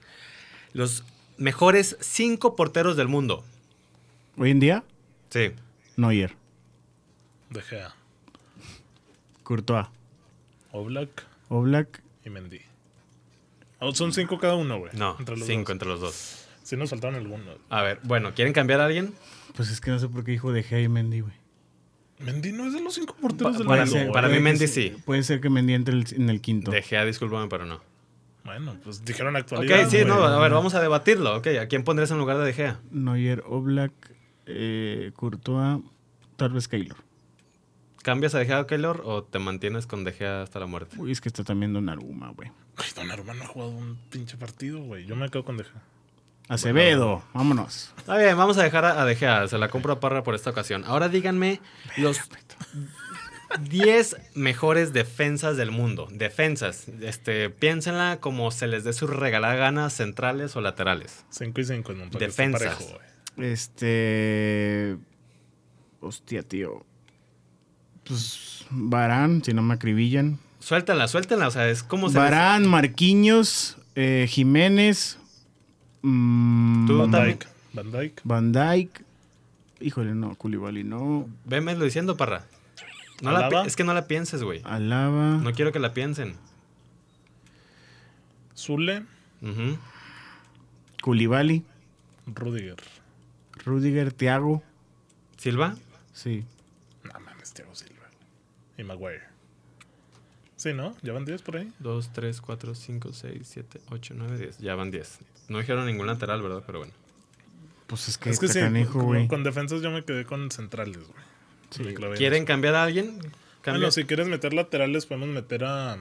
Los mejores cinco porteros del mundo.
Hoy en día,
Sí.
Neuer.
De Gea.
Courtois,
Oblak
Oblak.
y Mendy. Ah, son cinco cada uno, güey.
No,
entre los
cinco
dos.
entre los dos.
Sí nos faltaron algunos.
A ver, bueno, ¿quieren cambiar a alguien?
Pues es que no sé por qué dijo de Gea y Mendy, güey.
Mendy no es de los cinco porteros
Pa-
del
para
mundo.
ser-
Pues güey.
para mí
puede
Mendy
que
sí.
Puede ser que Mendy entre el- en el quinto.
De Gea, discúlpame, pero no.
Bueno, pues dijeron
Ok,
actualidad.
sí,
güey.
no, a ver, vamos a debatirlo. Ok, ¿a quién pondrías en lugar de De Gea?
Neuer, Oblak, eh, Courtois, tal vez Keylor.
¿Cambias a De Gea o Keylor o te mantienes con De Gea hasta la muerte?
Uy, es que está también Donnarumma, güey.
Ay, Donnarumma no ha jugado un pinche partido, güey. Yo me quedo con Deja.
Acevedo, vámonos.
Está bien, vamos a dejar a, a De Gea. Se la compro a Parra por esta ocasión. Ahora díganme los 10 mejores defensas del mundo. Defensas. Este, piénsenla como se les dé su regalada gana, centrales o laterales.
Cinco y cinco en un partido
Defensas.
parejo, güey.
Este. Hostia, tío. Pues. Barán, si no me acribillan.
Suéltala, suéltala. O sea, es como se les-
Barán, Marquiños, eh, Jiménez. mm,
Tú
Van
también.
Dyke. Van Dyke.
Van Dyke. Híjole, no, Culibali, no.
Vémelo diciendo, Parra. No la pi-
¿Alaba?
es que no la pienses, güey.
Alaba.
No quiero que la piensen.
Zule.
Ujú.
Culibali.
Rudiger.
Rudiger, Thiago.
¿Silva?
Sí.
No mames, Thiago Silva. Y Maguire. Sí, ¿no? ¿Ya van 10 por ahí?
2, 3, 4, 5, 6, 7, 8, 9, 10. Ya van 10. No dijeron ningún lateral, ¿verdad? Pero bueno.
Pues es que,
es que
está
sí,
canijo,
con-
güey.
con defensas yo me quedé con centrales, güey.
Sí.
Me clavé en
¿Quieren cambiar a alguien? Cambia-
Bueno, si quieres meter laterales, podemos meter a.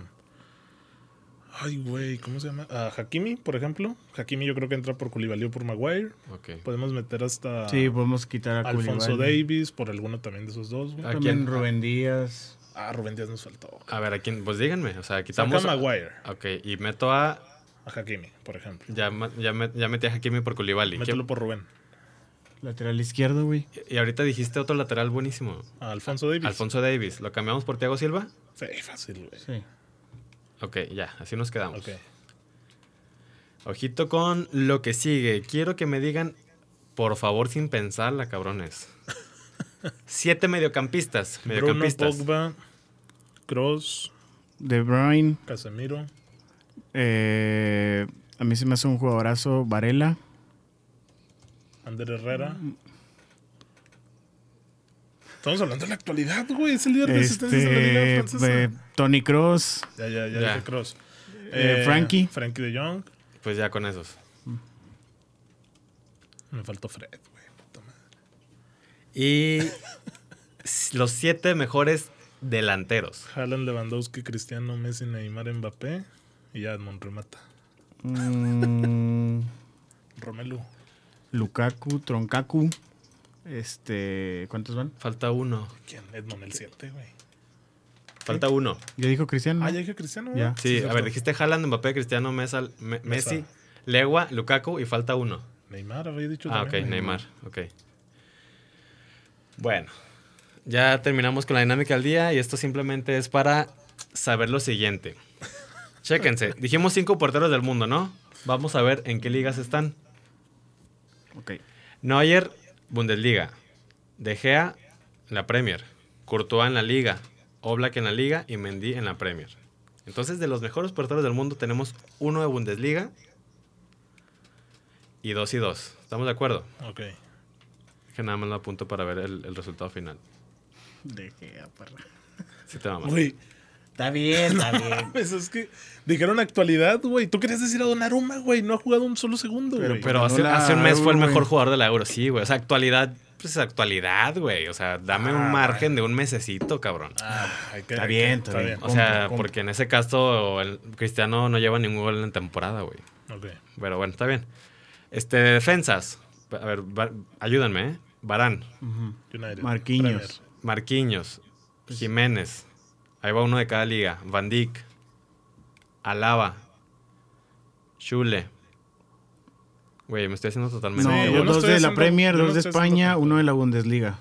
Ay, güey, ¿cómo se llama? A Hakimi, por ejemplo. Hakimi yo creo que entra por Koulibaly o por Maguire.
Ok.
Podemos meter hasta
Sí, podemos quitar a
Alfonso
Koulibaly.
Davis, por alguno también de esos dos. güey.
¿A
También
quién?
Rubén Díaz.
Ah, Rubén Díaz nos faltó.
A ver, ¿a quién? Pues díganme. O sea,
Saca a
quitamos.
Maguire,
Ok, y meto a.
a Hakimi, por ejemplo.
Ya, ma- ya, me- ya metí a Hakimi por Koulibaly.
Mételo por Rubén.
Lateral izquierdo, güey.
¿Quién- Y ahorita dijiste otro lateral buenísimo.
A Alfonso Davis.
Alfonso Davis. ¿Lo cambiamos por Thiago Silva?
Sí, fácil, güey.
Sí.
Ok, ya, así nos quedamos.
Ok.
Ojito con lo que sigue. Quiero que me digan, por favor, sin pensarla, cabrones. Siete mediocampistas.
Bruno
Mediocampistas.
Pogba, Cross,
De Bruyne.
Casemiro.
eh, a mí se me hace un jugadorazo Varela.
Ander Herrera. Estamos hablando de la actualidad, güey. Es el líder de asistencias de la Liga
Este,
Francesa.
eh, Tony Cross.
ya, ya, ya,
ya.
dije Cross.
Eh, Frankie.
Frankie de Jong.
Pues ya con esos.
Me faltó Fred, güey. puta madre.
Y s- los siete mejores delanteros.
Haaland, Lewandowski, Cristiano, Messi, Neymar, Mbappé. Y ya Edmond remata.
mm,
Romelu.
Lukaku, Troncacu. Este, ¿cuántos van?
Falta uno.
¿Quién? Edmond el 7, güey.
Falta uno.
Ya dijo Cristiano.
Ah,
¿no?
ya dije Cristiano,
Ya.
güey.
Sí, a
cierto.
ver, dijiste Haaland, Mbappé, Cristiano, Mesa, Me- Messi,
Mesa.
Legua, Lukaku y falta uno.
Neymar, había dicho
Ah, ok,
también.
Neymar, ok. Bueno, ya terminamos con la dinámica del día y esto simplemente es para saber lo siguiente. Chéquense, dijimos cinco porteros del mundo, ¿no? Vamos a ver en qué ligas están.
Ok.
Neuer, Bundesliga. De Gea, la Premier. Courtois en la Liga. Oblak en la Liga y Mendy en la Premier. Entonces, de los mejores porteros del mundo tenemos uno de Bundesliga y dos y dos. ¿Estamos de acuerdo?
Ok.
Que nada más lo apunto para ver el, el resultado final.
De Gea, perra.
Sí te mamas.
Güey,
Está bien, está bien.
pues es que dijeron actualidad, güey. Tú querías decir a Donnarumma, güey. No ha jugado un solo segundo,
Pero,
güey.
Pero
ganó
hace,
la
hace un mes fue el
Euro,
mejor
güey.
jugador de la Euro, sí, güey. O sea, actualidad, pues actualidad, güey. O sea, dame
Ah,
un margen de un mesecito, cabrón.
Ah, hay que-
Está
hay que-
bien, está bien.
O sea,
compra, compra.
porque en ese caso el Cristiano no lleva ningún gol en temporada, güey.
Ok.
Pero bueno, está bien. Este, defensas. A ver, Bar- ayúdenme, ¿eh? Barán,
Ujú.
United.
Marquinhos.
Premier.
Marquinhos,
Pues-
Jiménez. Ahí va uno de cada liga. Van Dijk, Alaba, Chule. Güey, me estoy haciendo totalmente.
No,
Sí, yo
güey.
no
dos
estoy
de la
haciendo-
Premier,
yo no
dos de
estoy haciendo
España,
tanto.
uno de la Bundesliga.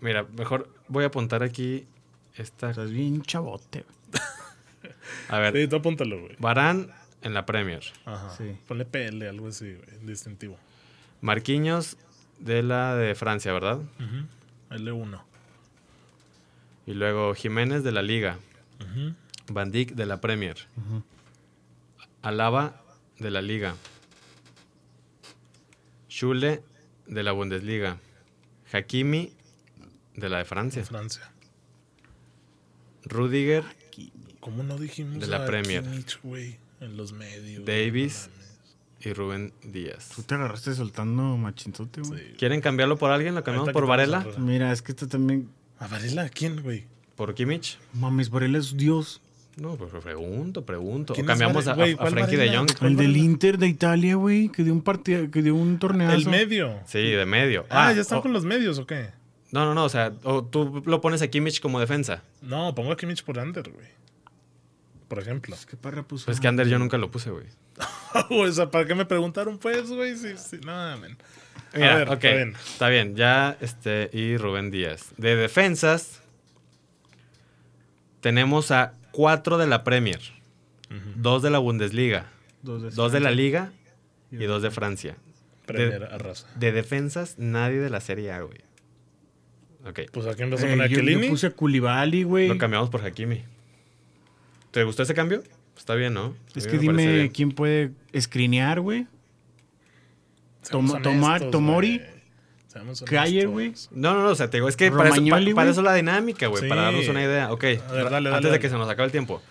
Mira, mejor voy a apuntar aquí esta.
Estás bien chavote. güey.
A ver,
Sí, tú apúntalo, güey.
Barán en la Premier.
Ajá.
Sí.
Ponle PL, algo así, güey. Distintivo.
Marquinhos de la de Francia, ¿verdad?
L1.
Y luego Jiménez de la Liga. Van Dijk de la Premier. Alaba de la Liga. Schule de la Bundesliga. Hakimi de la de Francia.
en Francia.
Rudiger
¿Cómo no dijimos?
De la
a
Premier.
Kimmich, güey, en los medios.
Davis.
No
y Rubén Díaz.
Tú te agarraste soltando machinzote, güey.
mames. Sí.
¿Quieren cambiarlo por alguien? ¿Lo cambiamos
Ahorita
por
quitamos a
Varela?
Varela.
Mira, es que esto también.
¿A Varela? ¿Quién, güey?
¿Por Kimmich?
Mames, Varela es Dios.
No, pues pregunto, pregunto.
¿Quién
O
es
cambiamos a,
Varela? Güey,
a
¿cuál
Frankie de
Varela?
Jong.
El
¿Cuál
del
Varela?
Inter de Italia, güey, que dio un partido, que dio un torneo.
El medio.
Sí, de medio.
Ah, ¿ya están
o-
con los medios o qué?
No, no, no. O sea, o tú lo pones a Kimmich como defensa.
No, pongo a Kimmich por Ander, güey. Por ejemplo. Ah,
¿Qué parra puso?
Pues que Ander yo nunca lo puse, güey.
o sea, ¿para qué me preguntaron, pues, güey? Si, si, no, men. A
Mira,
ver,
ok,
está bien.
Está bien, ya este. Y Rubén Díaz. De defensas, tenemos a cuatro de la Premier, dos de la Bundesliga,
Dos de,
dos de la Liga
Y
y dos de Francia.
Premier arrasa.
De defensas, nadie de la Serie A, güey. Ok,
Pues a quién vas a
Eh,
poner a
yo, yo
Kelini.
puse a Culibali, güey.
lo cambiamos por Hakimi. ¿Te gustó ese cambio? Está bien, ¿no? A
Es
mí
que
me parece
dime
bien.
quién puede escrinear, güey. Tomo- tomar- Tomori. Cayer, güey.
No, no, no, o sea, te digo, es que para eso,
Romagnoli,
pa- para
güey.
eso la dinámica, güey,
Sí.
para darnos una idea. Ok,
A ver, dale,
antes
dale,
de
dale.
que se nos acabe el tiempo.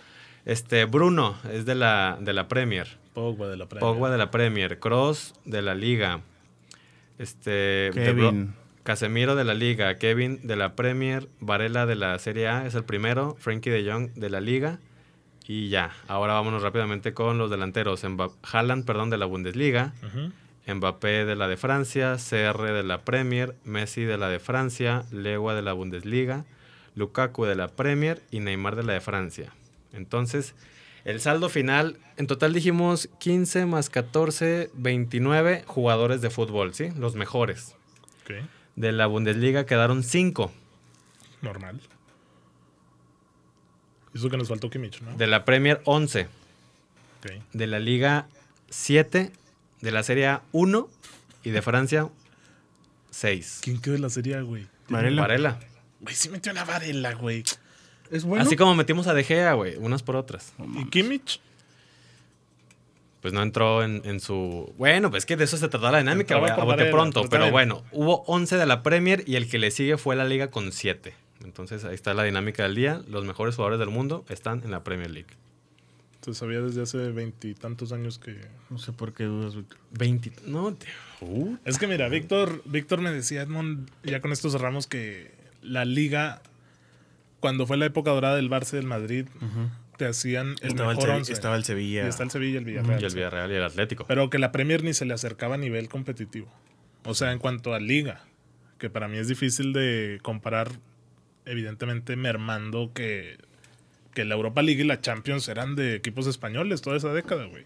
Este, Bruno es de la, de la Premier,
Pogba de la Premier.
Pogba de la Premier, Cross de la Liga, este, De
Kevin.
Bro- Casemiro de la Liga, Kevin de la Premier, Varela de la Serie A es el primero, Frankie de Jong de la Liga y ya. Ahora vámonos rápidamente con los delanteros. Mba- Haaland, perdón, de la Bundesliga,
Ujú.
Mbappé de la de Francia, CR de la Premier, Messi de la de Francia, Legua de la Bundesliga, Lukaku de la Premier y Neymar de la de Francia. Entonces, el saldo final, en total dijimos 15 más 14, 29 jugadores de fútbol, ¿sí? Los mejores.
Ok,
De la Bundesliga quedaron 5.
normal. Eso que nos faltó Kimmich, ¿no?
De la Premier 11.
Ok.
De la Liga 7. De la Serie A 1. Y de Francia 6.
¿Quién quedó de la serie, A, güey?
Varela.
Varela.
Güey, sí metió una varela, güey.
Es bueno.
Así como metimos a De Gea, güey, unas por otras.
¿Y Kimmich?
Pues no entró en, en su... Bueno, pues es que de eso se trataba la dinámica,
Entraba
güey, a
por
bote
Varela,
pronto.
pues está
Pero
bien.
bueno, hubo 11 de la Premier y el que le sigue fue la Liga con 7. Entonces ahí está la dinámica del día. Los mejores jugadores del mundo están en la Premier League.
Se sabía desde hace veintitantos años que...
No sé por qué dudas, güey.
20... No, tío. Uh,
Es que mira, Víctor, Víctor me decía, Edmond, ya con esto cerramos que la liga, cuando fue la época dorada del Barça y del Madrid, te hacían el
Estaba, el
mejor
Sevi-
once.
estaba el
Y
Sevilla.
está el Sevilla y el Villarreal.
y el Villarreal y el Atlético.
Pero que la Premier ni se le acercaba a nivel competitivo. O sea, en cuanto a liga, que para mí es difícil de comparar, evidentemente mermando que, que la Europa League y la Champions eran de equipos españoles toda esa década, güey.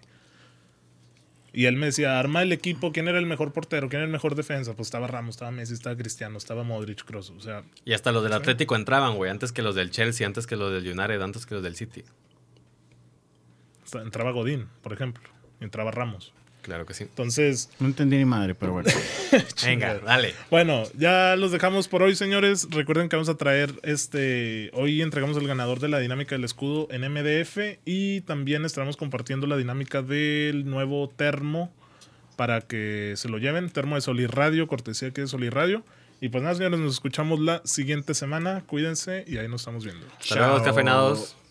Y él me decía, arma el equipo, ¿quién era el mejor portero? ¿Quién era el mejor defensa? Pues estaba Ramos, estaba Messi, estaba Cristiano, estaba Modric, Kroos. O sea,
Y hasta los del Atlético entraban, güey, antes que los del Chelsea, antes que los del United, antes que los del City.
esta- entraba Godín, por ejemplo. y Entraba Ramos.
Claro que sí.
Entonces,
No entendí ni madre, pero bueno.
Venga, dale.
Bueno, ya los dejamos por hoy, señores. Recuerden que vamos a traer este. Hoy entregamos el ganador de la dinámica del escudo en MDF y también estaremos compartiendo la dinámica del nuevo termo para que se lo lleven. Termo de Sol y Radio, cortesía que es Sol y Radio. Y pues nada, señores, nos escuchamos la siguiente semana. Cuídense y ahí nos estamos viendo.
Hasta luego,
Chao.
cafeinados.